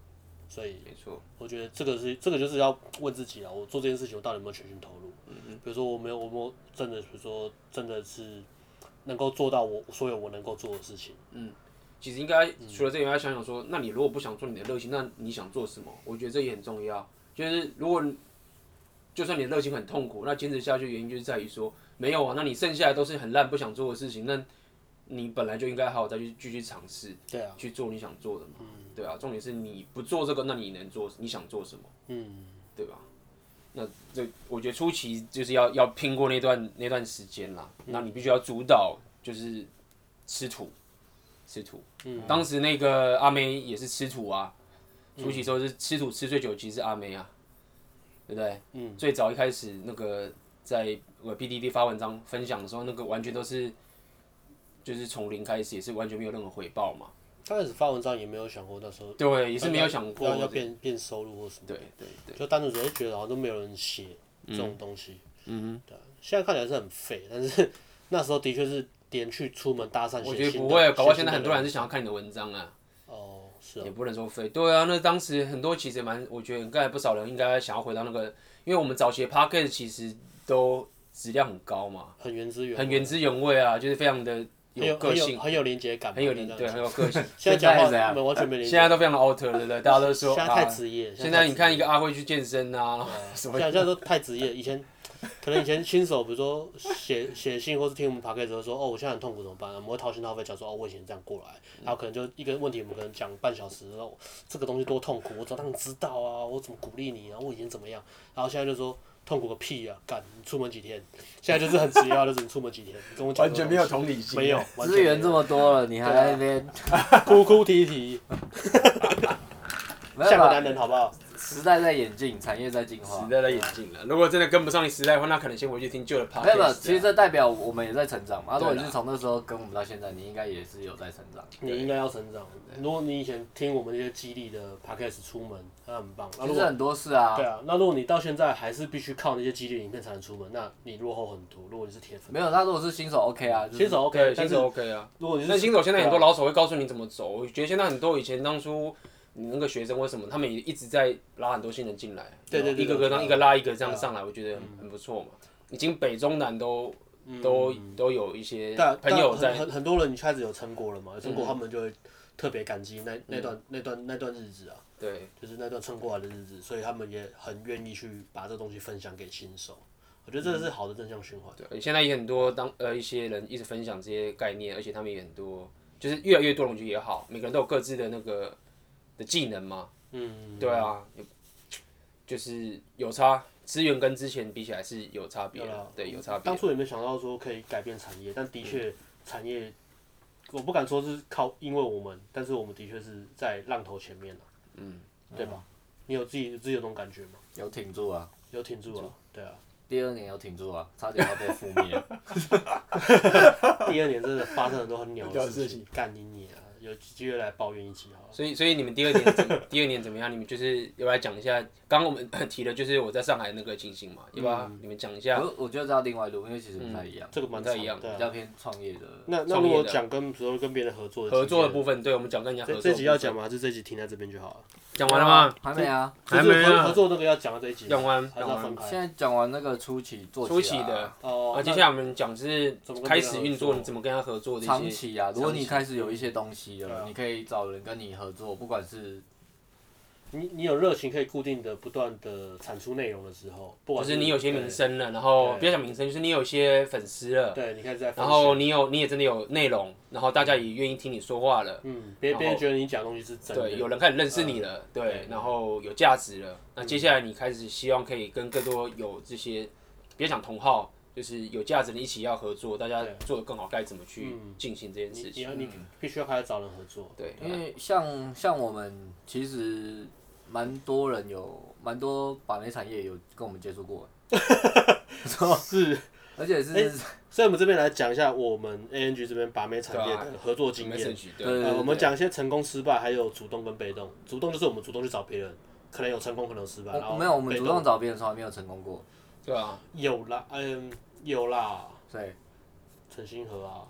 S3: 所以
S1: 没错，
S3: 我觉得这个是这个就是要问自己啊，我做这件事情我到底有没有全心投入？
S1: 嗯
S3: 比如说我没有，我没有真的，比如说真的是能够做到我所有我能够做的事情。
S1: 其实应该除了这个以外，想想说，那你如果不想做你的热情，那你想做什么？我觉得这也很重要。就是如果就算你的热情很痛苦，那坚持下去的原因就是在于说，没有啊，那你剩下的都是很烂不想做的事情，那你本来就应该好好再去继续尝试，
S3: 对啊，嗯
S1: 去做你想做的嘛。对啊，重点是你不做这个，那你能做你想做什么？
S3: 嗯，
S1: 对吧？那这我觉得初期就是要要拼过那段那段时间啦，
S3: 嗯
S1: 那你必须要主导就是吃土，吃土。嗯，当时那个阿妹也是吃土啊，初期时候是吃土吃最久，其实是阿妹啊，对不对？嗯，最早一开始那个在呃我 PDD 发文章分享的时候，那个完全都是就是从零开始，也是完全没有任何回报嘛，
S3: 刚开始发文章也没有想过那时候
S1: 对，也是没有想过
S3: 要要变变收入或什么，
S1: 对对对，
S3: 就单纯只是觉得好像都没有人写这种东西。嗯对啊，现在看起来是很废，但是那时候的确是连去出门搭讪，
S1: 我
S3: 写
S1: 觉得
S3: 信
S1: 不
S3: 的
S1: 会，啊搞不好现
S3: 写信
S1: 在
S3: 的
S1: 很多人还是想要看你的文章啊。
S3: 哦，是啊
S1: 也，不能说废，对啊，那当时很多其实蛮，我觉得应该不少人应该想要回到那个，因为我们早期的 p o c k e t 其实都质量很高嘛，
S3: 很原汁原味
S1: 很原汁原味啊，就是非常的
S3: 很有
S1: 个
S3: 很
S1: 性，
S3: 很有连接感嘛，
S1: 很有
S3: 应
S1: 灵，
S3: 该这
S1: 对，
S3: 样
S1: 很有
S3: *laughs*
S1: 个性。
S3: 讲。现在讲
S2: 现在是怎
S3: 话
S2: 样
S3: 我们完全没连接，
S1: 现在都非常的 alter，对不对？大家都说
S3: 现在太
S1: 啊，
S3: 职业，
S1: 现在你看一
S3: 个，
S1: 个阿辉去健身啊，什么
S3: 现在现在都太职业，以前。可能以前新手，比如说写写信或是听我们 p o d c a s 说，哦，我现在很痛苦怎么办？我们会掏心掏肺讲说，哦，我以前这样过来，然后可能就一个问题，我们可能讲半小时，然后这个东西多痛苦，我怎么让你知道啊？我怎么鼓励你？然后我以前怎么样？然后现在就说痛苦个屁啊！干，你出门几天？现在就是很直接啊，就是你出门几天，你跟我讲这个东西
S4: 同理
S1: 啊
S4: 心
S3: 没有，
S2: 欸
S3: 完全
S2: 资
S3: 没有
S2: 源这么多了，你还在那边？
S3: 哭哭啼啼，
S2: 没有
S3: 像个
S2: 啦
S3: 男人好不好？
S2: 时代在演进，产业在进化。
S1: 时代在演进了。啊如果真的跟不上你时代的话，那可能先回去听旧的啊 p o
S2: 没
S1: d
S2: 有没
S1: c
S2: 有，
S3: 啊
S1: a
S2: 其实这代表我们也在成长嘛。啊如果
S1: 对
S2: 你
S1: 啦
S2: 是从那时候跟我们到现在，你应该也是有在成长。
S3: 你应该要成长。如果你以前听我们这些激励的 podcast 出门，那很棒。那
S2: 其
S3: 如
S2: 实
S3: 果
S2: 很多事啊
S3: 对，啊，那如果你到现在还是必须靠那些激励影片才能出门，那你落后很多。如果你是铁粉，
S2: 没有。那如果是新手，OK 啊，就是
S3: 新手 OK，
S1: 对，
S3: 但
S1: 新
S3: 是
S1: 手 OK 啊。
S3: 如果你
S1: 那
S3: 是
S1: 新手现在很
S3: 啊
S1: 多老手会告诉你怎么走，我觉得现在很多以前当初你那个学生为什么他们也一直在拉很多新人进来，
S3: 对对对
S1: 一个
S3: 对
S1: 个
S3: 啊嗯
S1: 这样一个拉一个这样上来，我觉得很很不错嘛。已经北中南都都都有一些
S3: 但
S1: 朋友
S3: 但
S1: 在
S3: 啊
S1: 嗯
S3: 很很很多人开始有成果了嘛，有成果他们就会特别感激那那段那段那段日子啊，
S1: 对，
S3: 就是那段撑过来的日子，所以他们也很愿意去把这东西分享给新手。我觉得
S1: 嗯
S3: 这是好的正向循环。
S1: 对，现在也很多当呃一些人一直分享这些概念，而且他们也很多，就是越来越多人我觉得也好，每个人都有各自的那个的技能嘛。嗯，对啊，也就是有差，资源跟之前比起来是有差别
S3: 有
S1: 的
S3: 啦，
S1: 对，有差别
S3: 啊嗯
S1: 嗯
S3: 当。初也没想到说可以改变产业，但的确产业，我不敢说是靠因为我们，但是我们的确是在浪头前面了、嗯，对吧？你有自己自己有这种感觉吗？
S2: 有挺住啊，
S3: 有挺住了，对啊。
S2: 第二年有挺住啊，差点要被覆
S3: *laughs*
S2: 灭。
S3: 第二年真的发生很多很鸟的
S1: 鸟
S3: 事
S1: 事
S3: 情，干你你啊！有机会来抱怨一集好了。
S1: 所以，所以你们第二年怎
S3: *laughs*
S1: 么第二年怎么样？你们就是要不要来讲一下？刚刚我们提的就是我在上海那个情形嘛，要不
S3: 嗯
S1: 要你们讲一下？
S2: 我我觉得这要另外录，因为其实不太一样，
S3: 啊这个蛮
S1: 不太
S3: 长
S1: 一样
S3: 对
S2: 比
S3: 啊。
S2: 较偏创业的。
S3: 那那
S1: 创
S3: 如
S1: 业
S3: 果
S1: 的
S3: 讲跟比如说跟别人合作的
S1: 合作的
S3: 经验
S1: 部分，对我们讲跟人家合
S3: 这
S1: 作。
S3: 这集要讲，吗？就这集停在这边就好了。
S1: 讲完了吗？
S2: 还没啊，
S3: 就
S1: 还
S3: 是
S1: 没
S3: 合
S1: 啊
S3: 合作那个要讲到这一集吗，
S1: 讲完
S3: 还
S1: 讲
S3: 是要
S1: 完
S3: 分开
S2: 现。在讲完那个初期做
S1: 初期的，
S3: 哦
S1: 啊，，接
S3: 那
S1: 下来我们讲是
S3: 怎么跟
S1: 开
S3: 别
S1: 始
S3: 人合
S1: 运作，
S3: 作
S1: 你怎么跟他合作的
S2: 长
S1: 一些。
S2: 期啊，如果你开始有一些东西
S3: 对啊
S2: 了，你可以找人跟你合作，不管是
S3: 你你有热情可以固定的不断的产出内容的时候，不
S1: 就
S3: 管
S1: 是你有些名声了，然后
S3: 对
S1: 不要讲名声，就是你有些粉丝了，
S3: 对，你开始在分
S1: 然
S3: 享，
S1: 后你有你也真的有内容，然后大家也愿意听你说话了，
S3: 嗯，别
S1: 然后
S3: 别人觉得你讲的东西是真的，呃
S1: 对，有人开始认识你了，对
S3: 对，嗯
S1: 然后有价值了。那接下来你开始希望可以跟更多有这些，别讲同好，就是有价值的一起要合作，大家
S3: 对嗯
S1: 做得更好，该怎么去进行这件
S3: 你
S1: 事
S3: 你
S1: 情？嗯
S3: 要你必须要开始找人合作，
S1: 对，
S2: 因为像像我们其实蛮多人有蛮多把妹产业有跟我们接触过， *laughs*
S3: 是。
S2: 而且是
S3: 哎所以我们这边来讲一下我们 ANG 这边把妹产业的合作经验，
S1: message 啊对，
S2: 对
S3: 呃，我们讲一些成功、失败，还有主动跟被动。主动就是我们主动去找别人，可能有成功，可能有失
S1: 哦
S3: 败。然
S2: 我
S3: 后
S2: 没有我们
S3: 被
S2: 主
S3: 动
S2: 动找别人从来没有成功过，
S1: 对啊，
S3: 有啦，嗯，有啦，
S2: 所以
S3: 陈星河啊，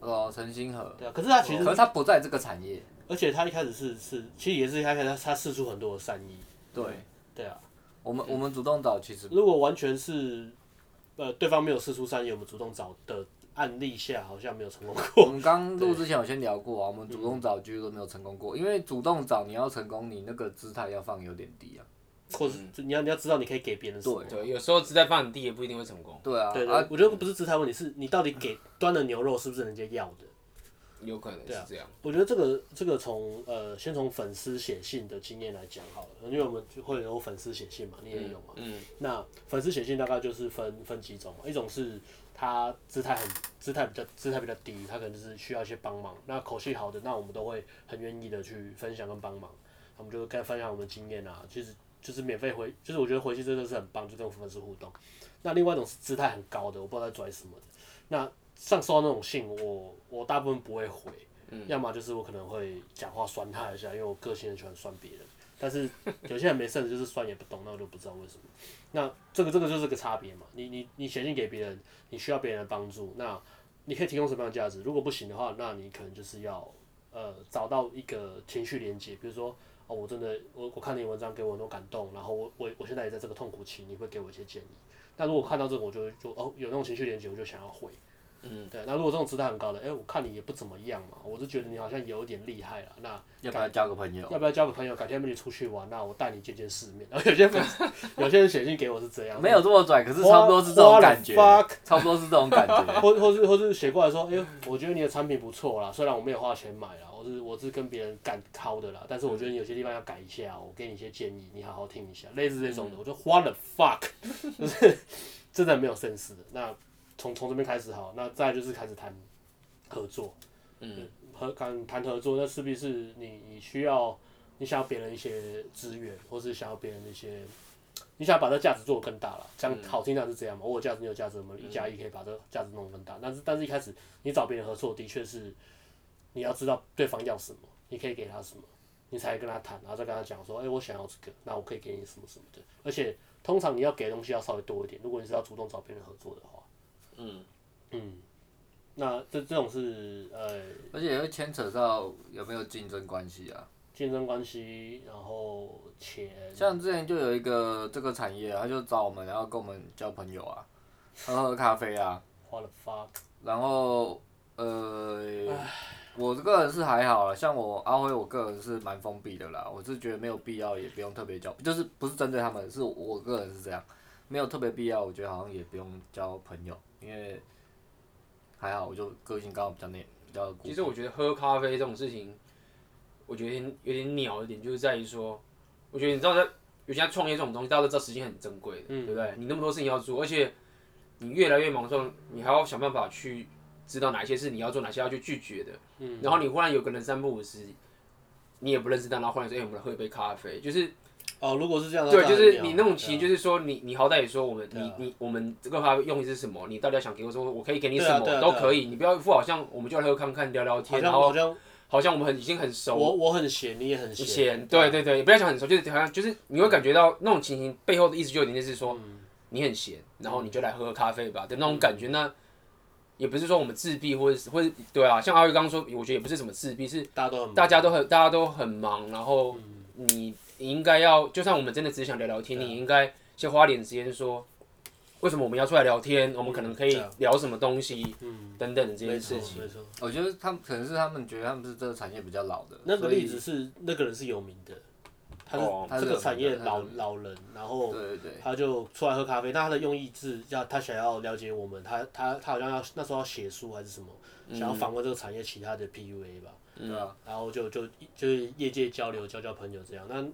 S2: 哦陈星河，
S3: 对啊。可是他其实，
S2: 可是他不在这个产业，
S3: 而且他一开始是是，其实也是一开始他他试出很多的善意，
S2: 对
S3: 对啊。
S2: 我们我们主动找其实
S3: 如果完全是，呃，对方没有试出善意，我们主动找的案例下，好像没有成功
S2: 我
S3: *laughs* 过。嗯
S2: 们刚录之前有先聊过啊，我们主动找几乎都没有成功过，因为主动找你要成功，你那个姿态要放有点低啊。
S3: 或者就你要你要知道你可以给别人什么。
S1: 对，有时候只在放低也不一定会成功，
S2: 对啊，
S3: 对
S2: 啊
S3: 对，我觉得不是姿态问题，是你到底给端的牛肉是不是人家要的。
S1: 有可能
S3: 啊
S1: 是这样。
S3: 我觉得这个这个从呃，先从粉丝写信的经验来讲好了，因为我们就会有粉丝写信嘛，你也有嘛。
S1: 嗯，
S3: 那粉丝写信大概就是分分几种嘛，一种是他姿态很姿态比较姿态比较低，他可能就是需要一些帮忙。那口气好的，那我们都会很愿意的去分享跟帮忙，我们就会跟他分享我们的经验啊，其实就是免费回，就是我觉得回去真的是很棒，就跟粉丝互动。那另外一种是姿态很高的，我不知道在拽什么的。那上收到那种信，我我大部分不会回，要么就是我可能会讲话酸他一下，因为我个性很喜欢酸别人。但是有些人没事就是酸也不懂，那我就不知道为什么。那这个这个就是个差别嘛。你你你写信给别人，你需要别人的帮助，那你可以提供什么样的价值？如果不行的话，那你可能就是要呃找到一个情绪连接，比如说哦，我真的我我看你的文章给我很多感动，然后我我我现在也在这个痛苦期，你会给我一些建议。那如果看到这个，我就会就哦有那种情绪连接，我就想要回。嗯，对。那如果这种姿态很高的，哎、我看你也不怎么样嘛，我就觉得你好像有点厉害了。那
S2: 要不要交个朋友？
S3: 要不要交个朋友？改天跟你出去玩，那我带你见见世面。然后有些粉丝有些人 *laughs* 写信给我是这样，
S2: 没有这么拽，可是差不多是这种感觉
S3: What the fuck？，
S2: 差不多是这种感觉。
S3: 或或是或是写过来说，哎、呦，我觉得你的产品不错啦，虽然我没有花钱买啦，我是我是跟别人干掏的啦，但是我觉得你有些地方要改一下，哦我给你一些建议，你好好听一下，类似这种的，我就 what the fuck，就是真的没有 sense 的。那从从这边开始好，那再来就是开始谈合作，嗯，合谈谈合作，那势必是你你需要。你你想要别人一些资源，或是想要别人的一些，你想要把这价值做得更大了。讲好听点是这样嘛，我有价值，你有价值，我们一加一可以把这个价值弄得更大。但是但是一开始你找别人合作，的确是你要知道对方要什么，你可以给他什么，你才跟他谈，然后再跟他讲说，哎、我想要这个，那我可以给你什么什么的。而且通常你要给的东西要稍微多一点，如果你是要主动找别人合作的话，嗯嗯，那这这种是呃
S2: 而且也会牵扯到有没有竞争关系啊。
S3: 竞争关系，然后钱，
S2: 像之前就有一个这个产业啊，他就找我们，然后跟我们交朋友啊，喝喝咖啡啊，
S3: 花了发，
S2: 然后呃，我个人是还好啦，像我阿辉，我个人是蛮封闭的啦，我是觉得没有必要，也不用特别交，就是不是针对他们，是我个人是这样，没有特别必要，我觉得好像也不用交朋友，因为还好，我就个性刚好比较内，比较孤僻
S1: 其实我觉得喝咖啡这种事情，我觉得有点有点鸟一点，就是在于说，我觉得你知道在，尤其在创业这种东西，大家都知道时间很珍贵的，对不对？你那么多事情要做，而且你越来越忙的时候，你还要想办法去知道哪些是你要做，哪些要去拒绝的。嗯、然后你忽然有个人三不五时，你也不认识他，然后忽然说：“哎、我们来喝一杯咖啡。”就是。
S3: 哦，如果是这样，
S1: 对，
S3: 那
S1: 就是
S3: 当然
S1: 你
S3: 要
S1: 那种
S3: 对
S1: 情，
S3: 啊
S1: 就是说你你好歹也说我们
S3: 对
S1: 你
S3: 啊
S1: 你我们这个咖啡用意是什么？你到底要想给我说我可以给你
S3: 对
S1: 什
S3: 啊
S1: 么
S3: 对啊
S1: 都
S3: 对啊
S1: 可以，你不要一副好像我们就来喝看看聊聊
S3: 好
S1: 天，
S3: 像
S1: 然
S3: 好
S1: 后
S3: 像
S1: 好像我们很已经很熟，
S3: 我我很闲，你也很
S1: 以
S3: 闲，啊
S1: 前对对对，也不要讲很熟，就是好像就是你会感觉到那种情形背后的意思就有点类似说
S3: 嗯
S1: 你很闲，然后你就来喝喝咖啡吧的那种感觉。那也不是说我们自闭或者是或者对啊，像阿玉刚刚说，我觉得也不是什么自闭，是
S3: 大家都很忙嗯
S1: 大家都很大家都很忙，然后你你应该要，就算我们真的只是想聊聊天，
S3: 对啊
S1: 你应该先花点时间说，为什么我们要出来聊天，我们可能可以
S3: 对啊
S1: 聊什么东西
S3: 嗯，
S1: 等等的这
S3: 没
S1: 件
S3: 错
S1: 事情。
S3: 没错。
S2: 我觉得他们可能是他们觉得他们是这个产业比较老的，
S3: 那个
S2: 所以
S3: 例子是那个人是有名的，他
S1: 哦
S3: 是
S2: 他是
S3: 这个
S2: 有
S3: 产
S2: 名
S3: 业
S2: 的他
S3: 老
S2: 是有名
S3: 老人，然后
S2: 对对对。
S3: 他就出来喝咖啡。那他的用意是要他想要了解我们，他他他好像要那时候要写书还是什么，想要访问这个产业其他的 PUA 吧。
S2: 对啊，
S3: 然后就就就是业界交流、交交朋友这样。那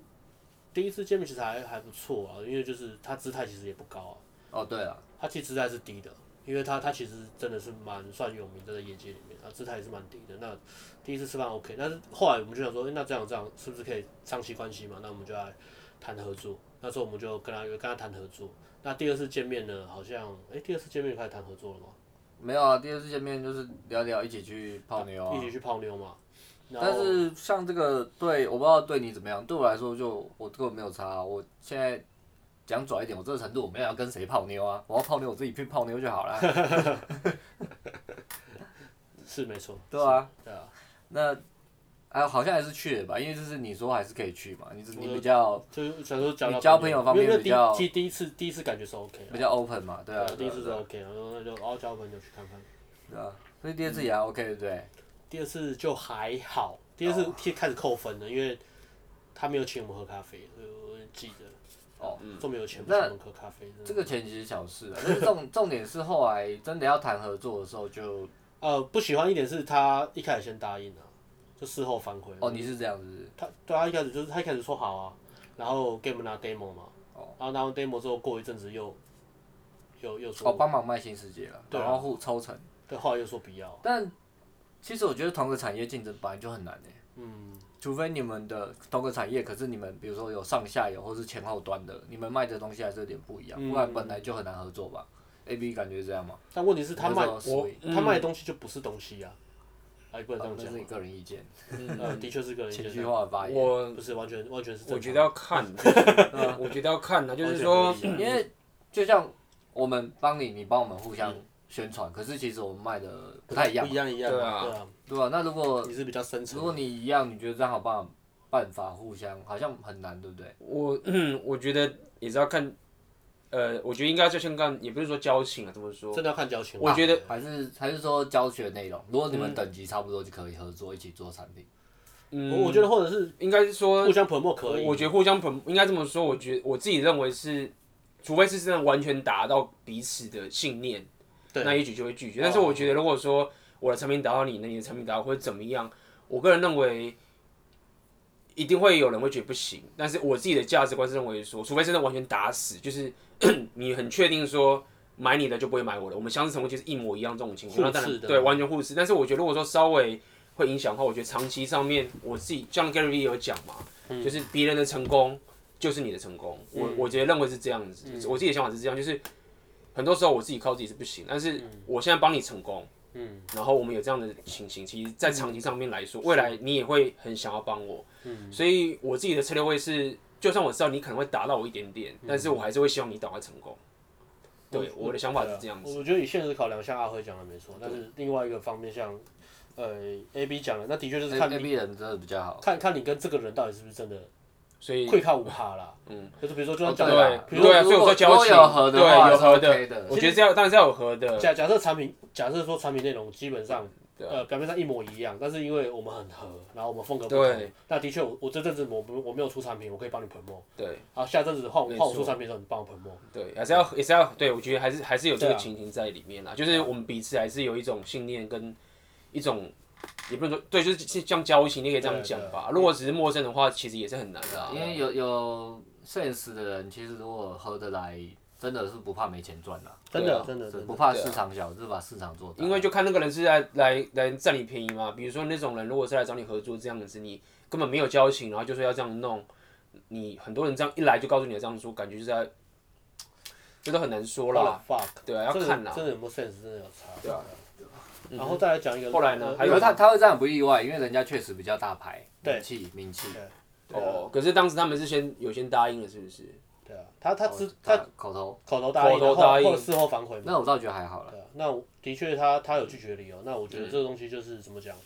S3: 第一次见面其实还还不错啊，因为就是他姿态其实也不高啊，
S2: 哦对啊，
S3: 他其实姿态是低的，因为他他其实真的是蛮算有名的在业界里面，他姿态也是蛮低的。那第一次吃饭 OK，但是后来我们就想说，诶那这样这样是不是可以长期关系嘛？那我们就来谈合作。那时候我们就跟他跟他谈合作。那第二次见面呢，好像诶，第二次见面就开始谈合作了吗？
S2: 没有啊，第二次见面就是聊聊一起去泡妞啊
S3: 一，起去泡妞嘛。然
S2: 但
S3: 后
S2: 是像这个对，我不知道对你怎么样，对我来说就我根本没有差啊、我现在讲拽一点，我这个程度我没有要跟谁泡妞啊，我要泡妞我自己去泡妞就好啦。
S3: 是没错，
S2: 对啊，
S3: 对啊，
S2: 那啊好像还是去了吧，因为就是你说还是可以去嘛，你只你比较
S3: 就是想说交
S2: 你
S3: 到
S2: 交朋友方面
S3: 因为
S2: 比较
S3: 第一第一次第一次感觉是 OK 的
S2: 比，较 open 嘛，对啊，
S3: 第
S2: 对
S3: 一
S2: 啊
S3: 次是
S2: 对啊
S3: OK，然后那就哦交朋友去看看。
S2: 对啊，所以第二次
S3: 嗯
S2: 也还 OK 对不对？
S3: 第二次就还好，第二次
S2: 哦
S3: 开开始扣分了，因为他没有请我们喝咖啡，所以我记得
S2: 哦，
S3: 都没有钱请
S2: 那
S3: 我们喝咖啡。
S2: 这个钱其实小事啊，
S3: *laughs*
S2: 但是重重点是后来真的要谈合作的时候就
S3: 呃不喜欢一点是他一开始先答应了、啊就事后反悔。
S2: 哦你是这样子，
S3: 他对啊他一开始就是他一开始说好啊，然后给我们拿 demo 嘛，
S2: 哦
S3: 然后拿完 demo 之后过一阵子又又又说、
S2: 哦帮忙卖新世界了，
S3: 对啊
S2: 然后互抽成。
S3: 对，后来又说不要，
S2: 但其实我觉得同个产业竞争本来就很难诶、
S3: 嗯，
S2: 除非你们的同个产业，可是你们比如说有上下游或是前后端的，你们卖的东西还是有点不一样，
S3: 嗯
S2: 不然本来就很难合作吧。A B 感觉是这样吗？
S3: 但问题是他卖
S2: 我是说所以
S3: 他卖的东西就不是东西啊，哎不能
S2: 嗯哦
S3: 这样
S2: 那
S3: 讲
S2: 是你。个人意见，
S3: 呃，的确是个人
S2: 情
S3: 觉
S2: 绪
S3: 得
S2: 化的发言。
S1: 我
S3: 不是完全完全是正
S1: 我
S3: 常嗯哦
S1: 觉得要看，
S3: *laughs*
S1: 我觉得要看呢、就是说
S3: 完全合理
S2: 因为就像我们帮你，你帮我们互相宣传，可是其实我们卖的不太一样
S3: 不，一样一样，
S1: 对啊
S3: 对啊，
S2: 对吧、那如果
S3: 你是比较深
S2: 如
S3: 层
S2: 果
S3: 的，
S2: 你一样，你觉得这样好办办法互相好像很难，对不对？
S1: 我嗯我觉得也是要看，呃，我觉得应该就先看，也不是说交情啊，怎么说？
S3: 真的要看交情。
S1: 我觉得
S2: 还是还是说教学内容，如果你们等级差不多就可以合作，一起做产品。
S1: 嗯，
S3: 我我觉得或者是
S1: 应该是说
S3: 互相 promote 可以，
S1: 我觉得互相 promo 应该这么说，我觉得我自己认为是，除非是真的完全达到彼此的信念，
S3: 对哦
S1: 那也许就会拒绝。但是我觉得如果说我的产品达到你，那你的产品达到或者怎么样，我个人认为。一定会有人会觉得不行，但是我自己的价值观是认为说，除非真的完全打死，就是 *coughs* 你很确定说买你的就不会买我的，我们相似程度就是一模一样这种情况，
S3: 互
S1: 那当然
S3: 斥的
S1: 对完全互斥。但是我觉得如果说稍微会影响的话，我觉得长期上面我自己像 Gary Vee 有讲嘛，
S3: 嗯
S1: 就是别人的成功就是你的成功，我我觉得认为是这样子，
S3: 嗯
S1: 我自己的想法是这样，就是很多时候我自己靠自己是不行，但是
S2: 嗯
S1: 我现在帮你成功。嗯，然后我们有这样的情形，其实，在长期上面来
S2: 嗯
S1: 说，未来你也会很想要帮我，嗯，所以我自己的策略会是，就算我知道你可能会打到我一点点，
S2: 嗯
S1: 但是我还是会希望你打快成功。对，我的想法是这样子。
S2: 嗯
S3: 对啊我觉得以现实考量，像阿辉讲的没错，但是另外一个方面像，呃，A B 讲的，那的确
S1: 哎
S3: 就是看
S2: A B 人真的比较好。
S3: 看看你跟这个人到底是不是真的
S1: 所以
S3: 会靠五趴啦。嗯，就是比如说，就像讲
S2: 对
S3: 的
S2: 啊，
S3: 比
S2: 如
S3: 如
S2: 果
S1: 哦对啊，所以我说
S2: 如
S1: 交
S2: 果
S1: 情，
S2: 有合的话
S1: 对，有合
S2: 是 OK 的
S1: 我觉得这要当然是要有合的，
S3: 假假设产品，假设说产品内容基本
S1: 嗯
S3: 上。
S1: 啊
S3: 呃，表面上一模一样，但是因为我们很合，然后我们风格不同
S1: 对，
S3: 那的确，我我这阵子我不我没有出产品，我可以帮你 promo，
S1: 对
S3: 然后下阵子换我
S1: 没
S3: 换我出
S1: 错
S3: 产品的时候，你帮我 promo，
S1: 对，还是要也是要对，我觉得还是还是有这
S3: 对
S1: 个
S3: 啊
S1: 情形在里面啦，就是我们彼此还是有一种信念跟一种。也不能说对，就是像交情，你可以这
S3: 啊
S1: 样讲吧。如果只是陌生的话，其实也是很难的啊、
S2: 因为有有 sense 的人，其实如果合得来，真的是不怕没钱赚的、
S3: 真
S1: 对
S3: 的
S1: 啊
S3: 真的啊
S2: 是
S3: 真
S2: 不
S3: 的，
S2: 怕市场小，就是把市场做大。
S1: 因为就看那个人是来来来占你便宜嘛。比如说那种人，如果是来找你合作这样子，你根本没有交情，然后就说要这样弄，你很多人这样一来就告诉你要这样做，感觉就是在，这都很难说啦。
S3: What the fuck，
S1: 对啊，要
S3: 哦这个
S1: 看啦。
S3: 真的有没有 sense，真的有差。对啊。然后再来讲一个，
S1: 后来呢
S3: 呃
S1: 还有
S2: 可是他他会这样不意外，因为人家确实比较大牌，名气名气。
S3: 对啊
S1: 哦，可是当时他们是先有先答应了，是不是？
S3: 对啊，他他知
S2: 哦他
S3: 他
S2: 口头，
S3: 口头答
S1: 口
S3: 应，
S1: 头
S3: 然后
S1: 答应
S3: 或者事后反悔嘛。
S2: 那我倒觉得还好了。
S3: 对啊，那我的确他他有拒绝的理由。那我觉得这个东西就是怎么讲，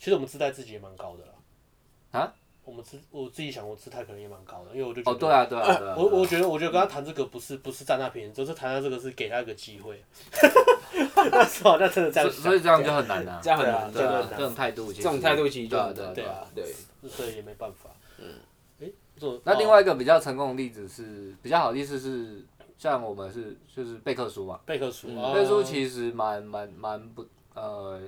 S3: 其实我们自带自己也蛮高的啦。
S2: 啊？
S3: 我们自我自己想，我姿态可能也蛮高的，因为我就觉
S2: 哦，
S3: 得
S2: 对啊，对啊，对啊。
S3: 我我觉得，我觉得跟他谈这个不是不是占他便宜，就是谈他这个是给他一个机会。那时候那真的这样
S2: 所
S3: 想，
S2: 所以这样就很难啊。
S1: 这样很难
S3: 对
S1: 的、
S3: 啊
S2: 啊
S1: 啊，
S2: 这种态度其实，
S1: 这种态度其实就
S2: 对啊
S1: 很
S2: 对啊
S1: 难
S2: 对啊。
S3: 啊
S1: 对，
S3: 所以也没办法。嗯，哎，这种
S1: 啊
S2: 那另
S3: 哦
S2: 外一个比较成功的例子是，比较好的例子是，像我们是就是备课书嘛，
S3: 贝克书，哦
S2: 备课书其实蛮蛮蛮不呃。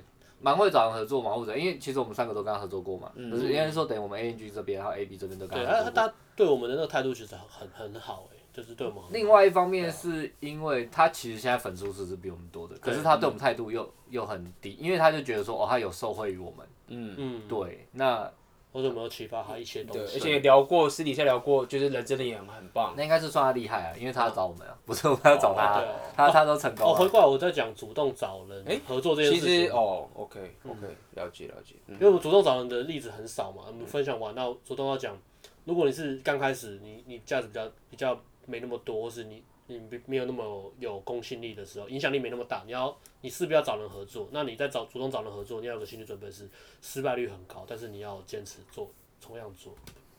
S2: 蛮会找人合作嘛，或者因为其实我们三个都跟他合作过嘛，
S1: 嗯
S2: 可是应该是说等于我们 A N G 这边还有 A B 这边都跟
S3: 对，
S2: 他合
S1: 啊
S2: 作过。
S3: 他他对我们的那个态度其实很很很好哎，就是对我们很好
S2: 另外一方面是因为他其实现在粉数字是比我们多的，可是他对我们态度又又很低，因为他就觉得说哦，他有受惠于我们。
S3: 嗯，
S2: 对，那
S3: 或者有没有启发他一些东
S1: 对，而
S3: 西？
S1: 且也聊过，私底下聊过，就是人真的也很很棒。
S2: 那应该是算他厉害啊，因为他找我们啊，不是我 *laughs* 们要找他
S3: 嗯哦对
S2: 啊
S3: 哦，
S2: 他他都成功
S3: 哦，回
S2: 了。
S3: 过来我在讲主动找人合作这件
S1: 其
S3: 事
S1: 实
S3: 情，
S1: 哦，OK OK，了解了解。嗯
S3: 因为我们主动找人的例子很少嘛，我们分享完，那主动要讲，如果你是刚开始，你你价值比较比较没那么多，或是你你没没有那么有公信力的时候，影响力没那么大，你要你势必要找人合作，那你在找主动找人合作，你要有个心理准备是失败率很高，但是你要坚持做，同样做，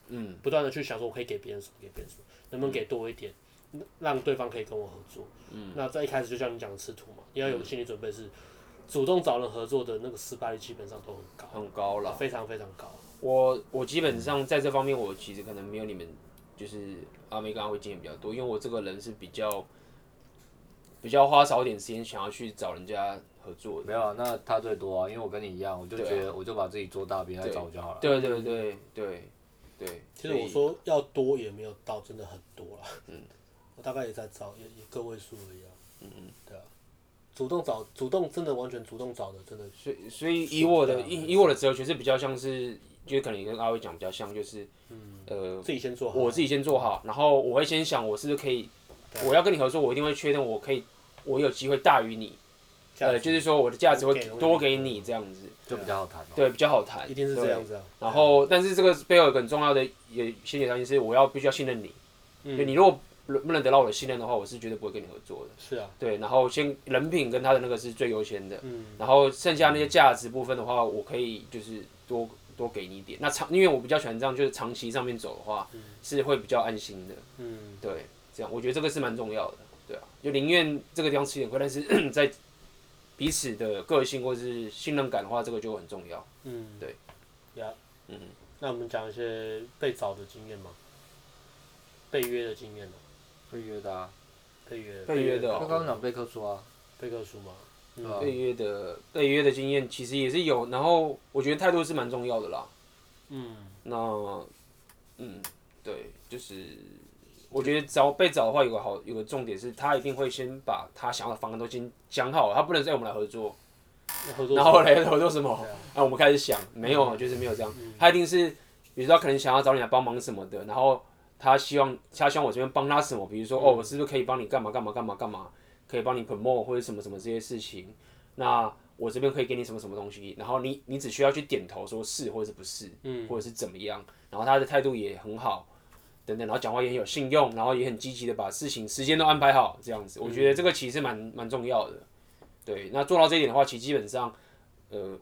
S3: 嗯，不断的去想说我可以给别人什么，给别人什么，能不能给多一点。让对方可以跟我合作，嗯，那在一开始就像你讲的吃土嘛，你要有个心理准备是，主动找人合作的那个失败率基本上都很高，
S1: 很高啦，
S3: 啊非常非常高。
S1: 嗯我我基本上在这方面，我其实可能没有你们就是阿妹跟阿辉经验比较多，因为我这个人是比较比较花少一点时间想要去找人家合作的。
S2: 没有啊，那他最多啊，因为我跟你一样，我就觉
S3: 啊
S2: 得我就把自己做大，别人来找我就好了。
S1: 对对对对对，
S3: 其实我说要多也没有到真的很多啦，嗯，我大概也在找也也个位数而已啊，嗯嗯，对啊，主动找主动真的完全主动找的真的
S1: 所以所以以我的以以我的哲学是比较像是，就是可能跟阿辉讲比较像，就是呃
S3: 自己先做好，啊
S1: 我自己先做好，然后我会先想我是不是可以，
S3: 啊
S1: 我要跟你合作，我一定会确认我可以，我有机会大于你，
S3: 价值
S1: 呃，就是说我的价值会
S3: 多给我
S1: 多给你这样子，
S2: 就比较好谈哦。
S1: 对，比较好谈，
S3: 一定是这
S1: 对
S3: 样子啊，
S1: 然后，但是这个背后有一个很重要的也先决条件是，我要必须要信任你。
S3: 嗯
S1: 就你如果不不能得到我的信任的话，我是绝对不会跟你合作的。
S3: 是啊，
S1: 对，然后先人品跟他的那个是最优先的。嗯。然后剩下那些价值部分的话，我可以就是多多给你一点。那长，因为我比较喜欢这样，就是长期上面走的话，是会比较安心的。
S3: 嗯，
S1: 对，这样我觉得这个是蛮重要的。对啊，就宁愿这个地方吃点亏，但是 *clears throat* 在彼此的个性或是信任感的话，这个就很重要。
S3: 嗯，
S1: 对，
S3: 呀，嗯，那我们讲一些被找的经验嘛，被约的经验呢，
S2: 会约的啊，
S3: 被约
S1: 被约的
S2: 就
S1: 哦
S2: 刚刚讲备课说啊，
S3: 被克数嘛，
S2: 对吧
S1: 被约的被约的经验其实也是有，然后我觉得态度是蛮重要的啦。
S3: 嗯，
S1: 那嗯，对，就是我觉得找被找的话，有个好有个重点是，他一定会先把他想要的方案都先讲好，他不能说、哎我们来合作，
S3: 合作
S1: 然后嘞，我说什么
S3: 对啊？
S1: 那、我们开始想，没有，啊就是没有这样。他一定是，比如说他可能想要找你来帮忙什么的，然后他希望他希望我这边帮他什么，比如说、哦，我是不是可以帮你干嘛干嘛干嘛干嘛，可以帮你 promote 或者什么什么这些事情。那我这边可以给你什么什么东西，然后你你只需要去点头说是或者是不是，嗯，或者是怎么样，然后他的态度也很好，等等，然后讲话也很有信用，然后也很积极的把事情时间都安排好，这样子，我觉得这个其实蛮蛮重要的。对，那做到这一点的话，其实基本上。呃，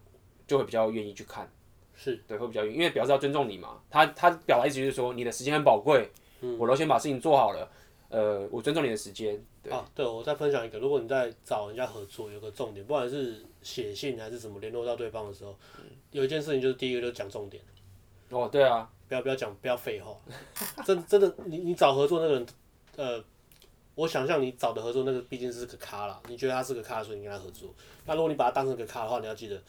S1: 就会比较愿意去看，
S3: 是
S1: 对，会比较愿意，因为表示要尊重你嘛。他他表达意思就是说，你的时间很宝贵，
S3: 嗯
S1: 我都先把事情做好了，呃，我尊重你的时间，对，
S3: 啊，对，我再分享一个，如果你在找人家合作，有个重点，不管是写信还是怎么联络到对方的时候，
S1: 嗯
S3: 有一件事情就是第一个就是讲重点，
S1: 哦，对啊，
S3: 不要不要讲不要废话，真真的，你你找合作那个人，呃，我想象你找的合作那个毕竟是个咖啦，你觉得他是个咖，所以你跟他合作。那如果你把他当成个咖的话，你要记得，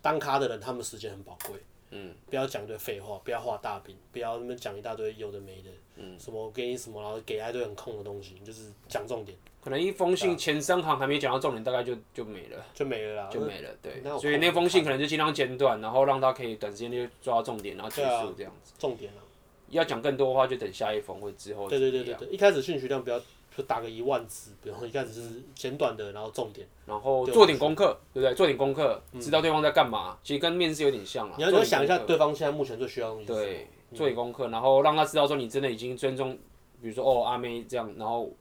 S3: 当咖的人他们时间很宝贵。嗯，不要讲一堆废话，不要画大饼，不要那么讲一大堆有的没的，嗯，什么给你什么，然后给他一堆很空的东西，你就是讲重点
S1: 可能一封信前三行还没讲到重点，大概就就没了，
S3: 就没了啦。
S1: 啊就没了，对
S3: 啊那我，
S1: 所以那封信可能就尽量简短，然后让他可以短时间内就抓到重点，然后结
S3: 对
S1: 束这样。
S3: 重点啊，
S1: 要讲更多的话，就等下一封或者之后
S3: 对对
S1: 怎
S3: 对
S1: 么
S3: 对
S1: 样
S3: 对，一开始信息量不要就打个一万字，比如一开始就是简短的，然后重点，
S1: 然后
S3: 对
S1: 做点功课，对不对？做点功课，知道对方在干嘛，其实跟面试有点像了。
S3: 嗯你要你
S1: 做
S3: 要
S1: 啊点
S3: 想一下
S1: 功课
S3: 对方现在目前最需要的东西是什么
S1: 对，做点功课，然后让他知道说你真的已经尊重，比如说哦阿妹这样，然后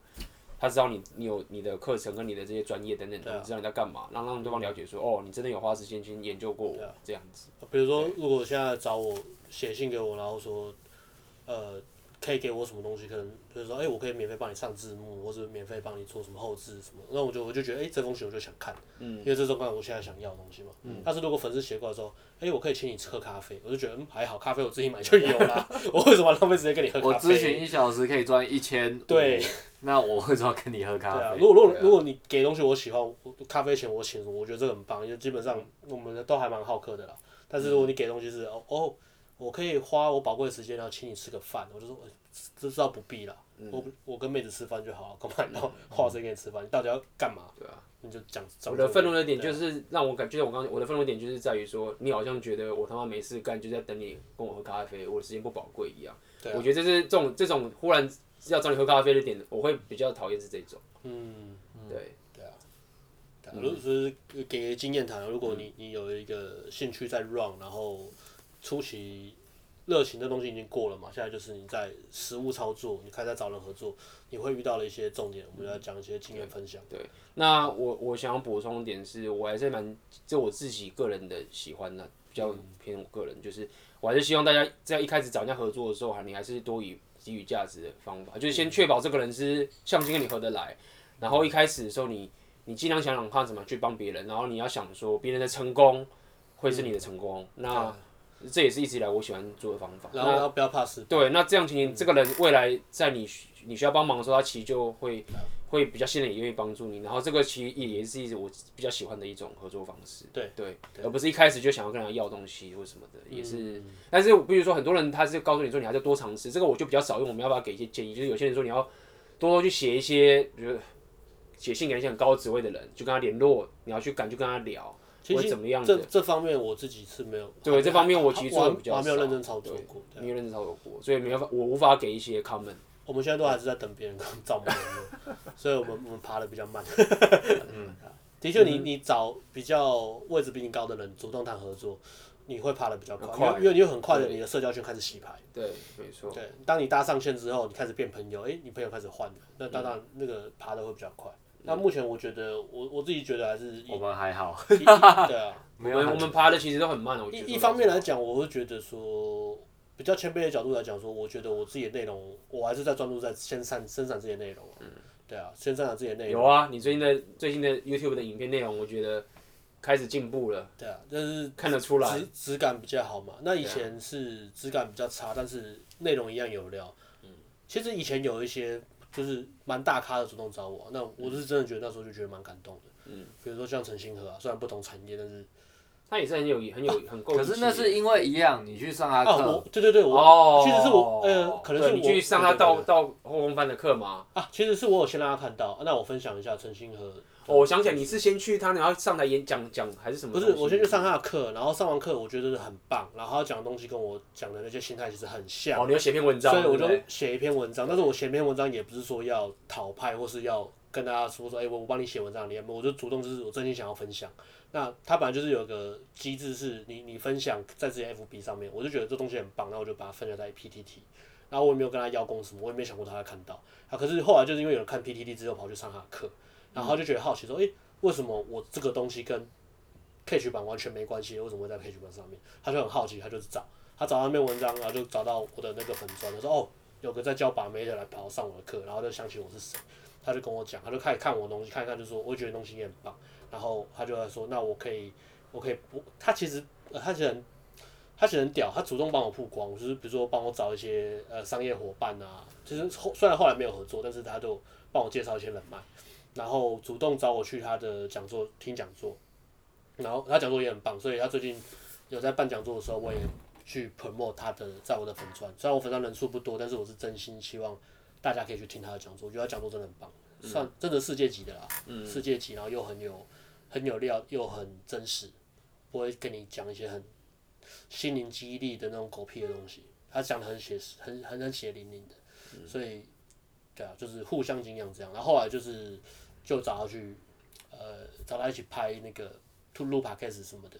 S1: 他知道你你有你的课程跟你的这些专业等等，
S3: 对啊
S1: 你知道你在干嘛，让让对方了解说哦你真的有花时间去研究过我
S3: 对啊
S1: 这样子，
S3: 比如说，如果现在找我写信给我，然后说，呃，可以给我什么东西？可能就是说，哎、我可以免费帮你上字幕，或者免费帮你做什么后置什么。那我就我就觉得，哎、这封信我就想看，嗯，因为这是关于我现在想要的东西嘛。嗯、但是如果粉丝写过来说，哎、我可以请你喝咖啡，我就觉得、嗯、还好，咖啡我自己买就有啦，我为什么要浪费时间跟你喝
S2: 我
S3: 咖
S2: 咨询
S3: 啡？
S2: 一小时可以赚一千，
S3: 对，
S2: *laughs* 那我为什么要跟你喝
S3: 对
S2: 咖
S3: 啊，
S2: 啡？
S3: 如果如果如果你给东西我喜欢，我咖啡钱我请，我觉得这个很棒，因为基本上我们都还蛮好客的啦。但是如果你给东西
S1: 嗯
S3: 是哦哦，我可以花我宝贵的时间，然后请你吃个饭，我就说，哎这这倒不必啦，
S1: 嗯
S3: 我我跟妹子吃饭就好了，啊干嘛你要花时间给你吃饭？你到底要干嘛？
S1: 对啊，
S3: 你就讲讲
S1: 我的
S3: 这个啊
S1: 愤怒的点就是让我感觉，就像我刚刚我的愤怒点就是在于说你好像觉得我他妈没事干，就在等你跟我喝咖啡，我的时间不宝贵一样，
S3: 对啊
S1: 我觉得这是这种这种忽然要找你喝咖啡的点，我会比较讨厌是这种，
S3: 嗯，
S1: 对，
S3: 对啊。对啊
S1: 嗯
S3: 如果说是给经验谈，如果你你有一个兴趣在 run，然后初期热情的东西已经过了嘛，现在就是你在实物操作，你开始在找人合作，你会遇到了一些重点，我们要讲一些经验分享。
S1: 对，那我我想要补充一点是，我还是蛮这我自己个人的喜欢呢，比较偏我个人，就是我还是希望大家在一开始找人家合作的时候，哈，你还是多以给予价值的方法，就是先确保这个人是相信跟你合得来，然后一开始的时候你你尽量想想看怎么去帮别人，然后你要想说别人的成功会是你的成功，那这也是一直以来我喜欢做的方法。
S3: 然后然后不要怕失败，
S1: 对，那这样情
S3: 嗯
S1: 形，这个人未来在你需你需要帮忙的时候，他其实就会会比较信任，也愿意帮助你。然后这个其实也是一直我比较喜欢的一种合作方式。
S3: 对
S1: 对，
S3: 对嗯
S1: 而不是一开始就想要跟人家要东西或什么的，也是。但是我比如说很多人他是告诉你说你还是多尝试，这个我就比较少用。我们要不要给一些建议？就是有些人说你要多多去写一些，比如写信给一些很高职位的人，去跟他联络，你要去敢去跟他聊，
S3: 其
S1: 或
S3: 实
S1: 者怎么样
S3: 这
S1: 的。
S3: 这方面我自己是没有。
S1: 对这方面我其实做
S3: 我
S1: 得
S3: 还
S1: 比较
S3: 我还没有
S1: 少
S3: 认真操作过。对啊
S1: 没有认识到有过，所以没办法，我无法给一些 comment。
S3: 我们现在都还是在等别人 *laughs* 跟我们找我们联络，所以我们我们爬的比较慢。 *laughs* 的确，你你找比较位置比你高的人主动谈合作，你会爬的比较快，
S1: 快
S3: 因为因为你会很快的
S1: 对
S3: 你的社交圈开始洗牌。
S1: 对，没错。
S3: 对，当你搭上线之后，你开始变朋友，诶，你朋友开始换了，那当然那个爬的会比较快。那目前我觉得，我我自己觉得还是以
S2: 我们还好，
S3: 以以对啊，
S2: 没
S1: 我
S2: 有
S1: 们我
S2: 很
S1: 们爬的其实都很慢，哦我觉得。
S3: 一一方面来，讲，我会觉得说，比较谦卑的角度来讲，说，我觉得我自己的内容，我还是在专注在先散生产自己的内容。嗯，对啊，先生产自己的内
S1: 有
S3: 容。
S1: 啊，你最近的最近的 YouTube 的影片内容，我觉得开始进步了，
S3: 对啊，但是
S1: 看得出来
S3: 质。质感比较好嘛。那以前是质感比较差，但是内容一样有料。嗯，其实以前有一些就是蛮大咖的主动找我，那我是真的觉得那时候就觉得蛮感动的。嗯，比如说像陈星河啊，虽然不同产业，但是
S5: 他也是很有很有很够。
S2: 可是那是因为一样，你去上他
S3: 哦啊，
S2: 课
S3: 我，对对对，我、
S5: 哦
S3: 其实是我呃，可能是
S1: 哦
S5: 对你
S3: 我
S5: 去上他
S3: 对对对
S5: 到到后空翻的课嘛。
S3: 啊，其实是我有先让他看到。啊那我分享一下陈星河，
S5: 哦，我想起来，你是先去他然后上台演讲讲还是什么
S3: 不
S5: 东西？
S3: 是我先去上他的课，然后上完课我觉得很棒，然后他讲的东西跟我讲的那些心态其实很像，
S5: 哦，你要写篇文章，
S3: 所以我
S5: 对
S3: 就
S5: 不对
S3: 写一篇文章。但是我写一篇文章也不是说要讨拍或是要跟大家说说，哎、我我帮你写文章，你要不我就主动就是我真心想要分享。那他本来就是有个机制是你你分享在自己的 FB 上面，我就觉得这东西很棒，然后我就把它分享在 PTT。然后我也没有跟他邀功什么，我也没想过他会看到。啊，可是后来就是因为有人看 PTT 之后跑去上他的课，然后他就觉得好奇说，诶，哎为什么我这个东西跟 Page 版完全没关系，为什么会在 Page 版上面？他就很好奇，他就找，他找到那篇文章，然后就找到我的那个粉砖，他说哦，有个在教把妹的来跑上我的课，然后就想起我是谁，他就跟我讲，他就开始看我的东西，看一看就说，我觉得东西也很棒，然后他就在说，那我可以，我可以，我他其实、呃他其实很他其实很屌，他主动帮我曝光，就是比如说帮我找一些呃商业伙伴啊，其实后虽然后来没有合作，但是他就帮我介绍一些人脉，然后主动找我去他的讲座听讲座，然后他讲座也很棒，所以他最近有在办讲座的时候，我也去 promote 他的在我的粉砖，虽然我粉砖人数不多，但是我是真心希望大家可以去听他的讲座，我觉得他讲座真的很棒，
S5: 嗯
S3: 算真的世界级的啦，世界级，然后又很有很有料，又很真实，不会跟你讲一些很。心灵激励的那种狗屁的东西，他讲的很写实，很很很血淋淋的，
S5: 嗯
S3: 所以对啊，就是互相敬仰这样。然后后来就是就找他去，呃，找他一起拍那个录录 podcast 什么的，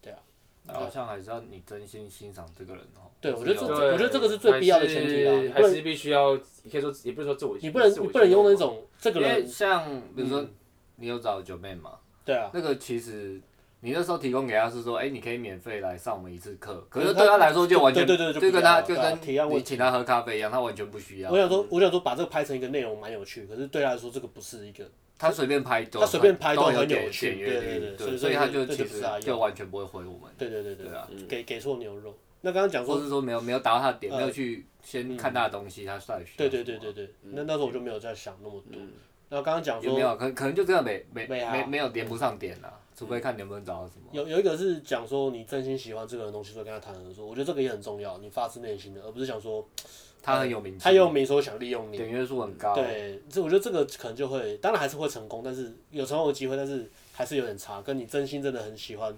S3: 对啊，
S2: 那好像还是要你真心欣赏这个人哦。
S3: 对我觉得这
S2: 是有
S3: 我觉得这个是最必要的前提啦
S5: 还是还是必须要，你可以说也不是说自我，
S3: 你不能
S5: 自
S3: 你
S5: 我
S3: 不能用那
S5: 觉得
S3: 种这个
S2: 因为
S3: 人，嗯
S2: 像比如说，你有找九妹嘛？
S3: 对啊，
S2: 那个其实你那时候提供给他是说，哎、你可以免费来上我们一次课，可
S3: 可
S2: 是
S3: 是
S2: 对
S3: 他
S2: 他来说就完全
S3: 嗯对对对就
S2: 就
S3: 不
S2: 跟
S3: 要
S2: 他
S3: 了
S2: 就
S3: 对啊
S2: 跟
S3: 体验问
S2: 你请他喝咖啡一样，他完全不需要嗯
S3: 我，想说我想说把这个拍成一个内容蛮有趣，可是对他来说这个不是一个
S2: 他随便拍都
S3: 他随便拍
S2: 都
S3: 都很
S2: 有
S3: 有
S2: 点
S3: 趣
S2: 点阅
S3: 对对
S2: 率
S3: 对所以
S2: 所以
S3: 这
S2: 他
S3: 个
S2: 就
S3: 这
S2: 其
S3: 就不
S2: 实
S3: 是他要
S2: 就完全不会回我们，
S3: 对对对对
S2: 对啊，
S3: 给给错牛肉。那刚刚讲说呃嗯
S2: 或是说没有没有达到他的点，没有去先看他的东西，他再去
S3: 对对对对对，
S2: 嗯
S3: 那那时候我就没有在想那么多。然后刚刚讲
S2: 有
S3: 说
S2: 嗯没有可可能就真的没没
S3: 没啊
S2: 没没有连不上点啦，除非看能不能找到什么。
S3: 有有一个是讲说你真心喜欢这个人的东西，所以跟他谈合作，我觉得这个也很重要，你发自内心的，而不是想说
S2: 他很有名气，
S3: 嗯他又没说想利用你。
S2: 点阅数很高，
S3: 对，这我觉得这个可能就会，当然还是会成功，但是有成功的机会，但是还是有点差。跟你真心真的很喜欢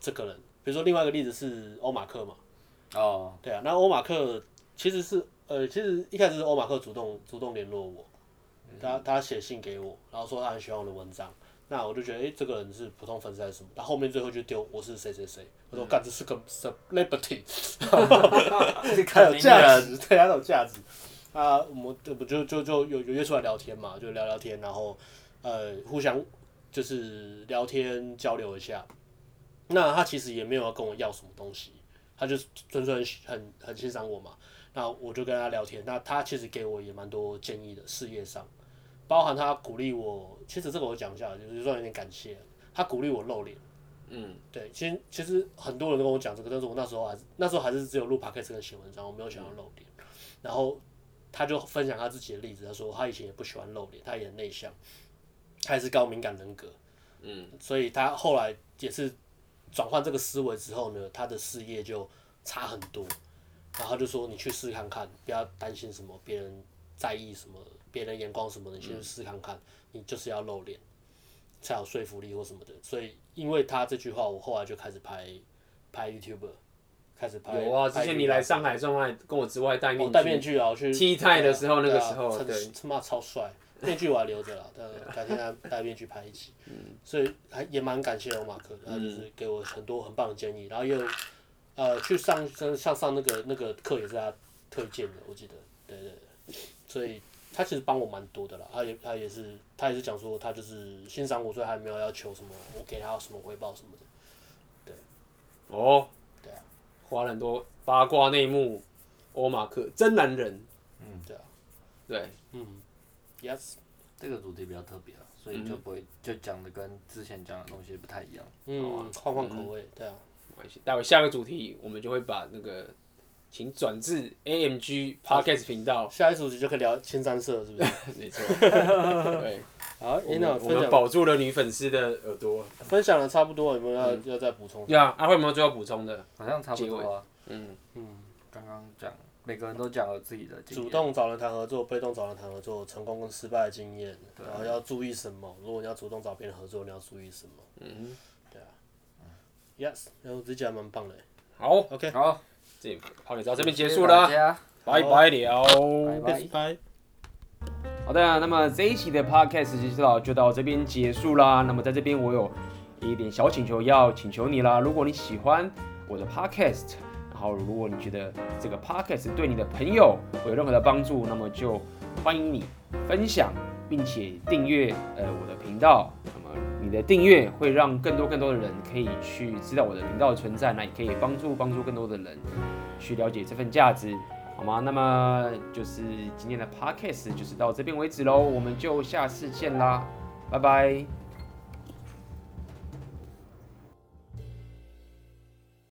S3: 这个人，比如说另外一个例子是欧马克嘛，
S2: 哦，
S3: 对啊，那欧马克其实是呃，其实一开始是欧马克主动主动联络我，他他写信给我，然后说他很喜欢我的文章，那我就觉得诶，这个人是普通粉丝还是什么？他后面最后就丢我是谁谁谁，我说干这是个 celebrity， *laughs*
S2: 是
S3: 他
S2: 看
S3: 有
S1: 啊
S3: 价值，对，他有价值。啊，我们这不就就就有有约出来聊天嘛，就聊聊天，然后呃互相就是聊天交流一下。那他其实也没有要跟我要什么东西，他就纯粹很很很欣赏我嘛。那我就跟他聊天，那他其实给我也蛮多建议的，事业上，包含他鼓励我，其实这个我讲一下，就是算有点感谢，他鼓励我露脸。嗯，对，其实其实很多人都跟我讲这个，但是我那时候还是那时候还是只有录 podcast 跟写文章，我没有想要露脸。然后他就分享他自己的例子，他说他以前也不喜欢露脸，他也很内向，他也是高敏感人格，嗯，所以他后来也是转换这个思维之后呢，他的事业就差很多。然后他就说你去试看看，不要担心什么别人在意什么，别人眼光什么的，你先去试看看，你就是要露脸。才有说服力或什么的，所以因为他这句话，我后来就开始拍拍 YouTube，开始拍
S5: 有啊，之
S3: 拍
S5: 前
S3: YouTuber
S5: 你来上海之后，跟我之外戴面
S3: 我
S5: 具
S3: 戴面具啊，我去
S5: 踢泰的时候
S3: 对
S5: 那
S3: 啊
S5: 个时候
S3: 对啊
S5: 对
S3: 超他妈超帅，面具我还留着了，
S5: *laughs*
S3: 但改天他戴面具拍一集，
S5: 嗯
S3: 所以还也蛮感谢欧马克，他就是给我很多很棒的建议，然后也有呃去上上上上那个那个课也是他推荐的，我记得，对对对，所以他其实帮我蛮多的啦，他也他也是他也是讲说他就是欣赏我，所以还没有要求什么，我给他什么回报什么的，
S5: 哦，
S3: 对啊，
S5: 花了很多八卦内幕，欧马克真男人，
S3: 嗯，对啊
S5: 对，
S3: 嗯，yes，
S2: 这个主题比较特别啊，所以就不会就讲的跟之前讲的东西不太一样。
S3: 嗯，换换口味，对啊。
S5: 没关系待会下个主题我们就会把那个请转至 AMG Podcast 频道， *laughs*
S3: 下一组集就可以聊新三色，是不是？ *laughs*
S5: 没错，对，
S3: 好，诶，那
S5: 我
S3: 分
S5: 们
S3: 享哦
S5: 保住了女粉丝的耳朵。
S3: 分享的差不多，有没有
S5: 嗯
S3: 要要再补充？
S5: 对啊，阿慧有没有最后补充的？
S2: 好像差不
S5: 结
S2: 多啊。
S5: 嗯，
S3: 嗯，
S2: 刚刚讲，每个人都讲了自己的经验
S3: 主动找人谈合作，被动找人谈合作，成功跟失败的经验，
S5: 啊
S3: 然后要注意什么？如果你要主动找别人合作，你要注意什么？
S5: 嗯，
S3: 对啊。Yes，然后这集还蛮棒的。欸
S5: 好，
S3: OK，
S2: 好，
S5: 这 p o d 到这边结束了啊
S2: 谢谢，大家
S5: 拜拜了，
S2: 拜拜
S3: 拜。
S1: 好的，那么这一期的 podcast 就到就到这边结束啦。那么在这边我有一点小请求要请求你啦，如果你喜欢我的 podcast，然后如果你觉得这个 podcast 对你的朋友有任何的帮助，那么就欢迎你分享，并且订阅呃我的频道。那么你的订阅会让更多更多的人可以去知道我的频道的存在，那也可以帮助帮助更多的人去了解这份价值。好吗？那么就是今天的 podcast 就是到这边为止喽，我们就下次见啦，拜拜。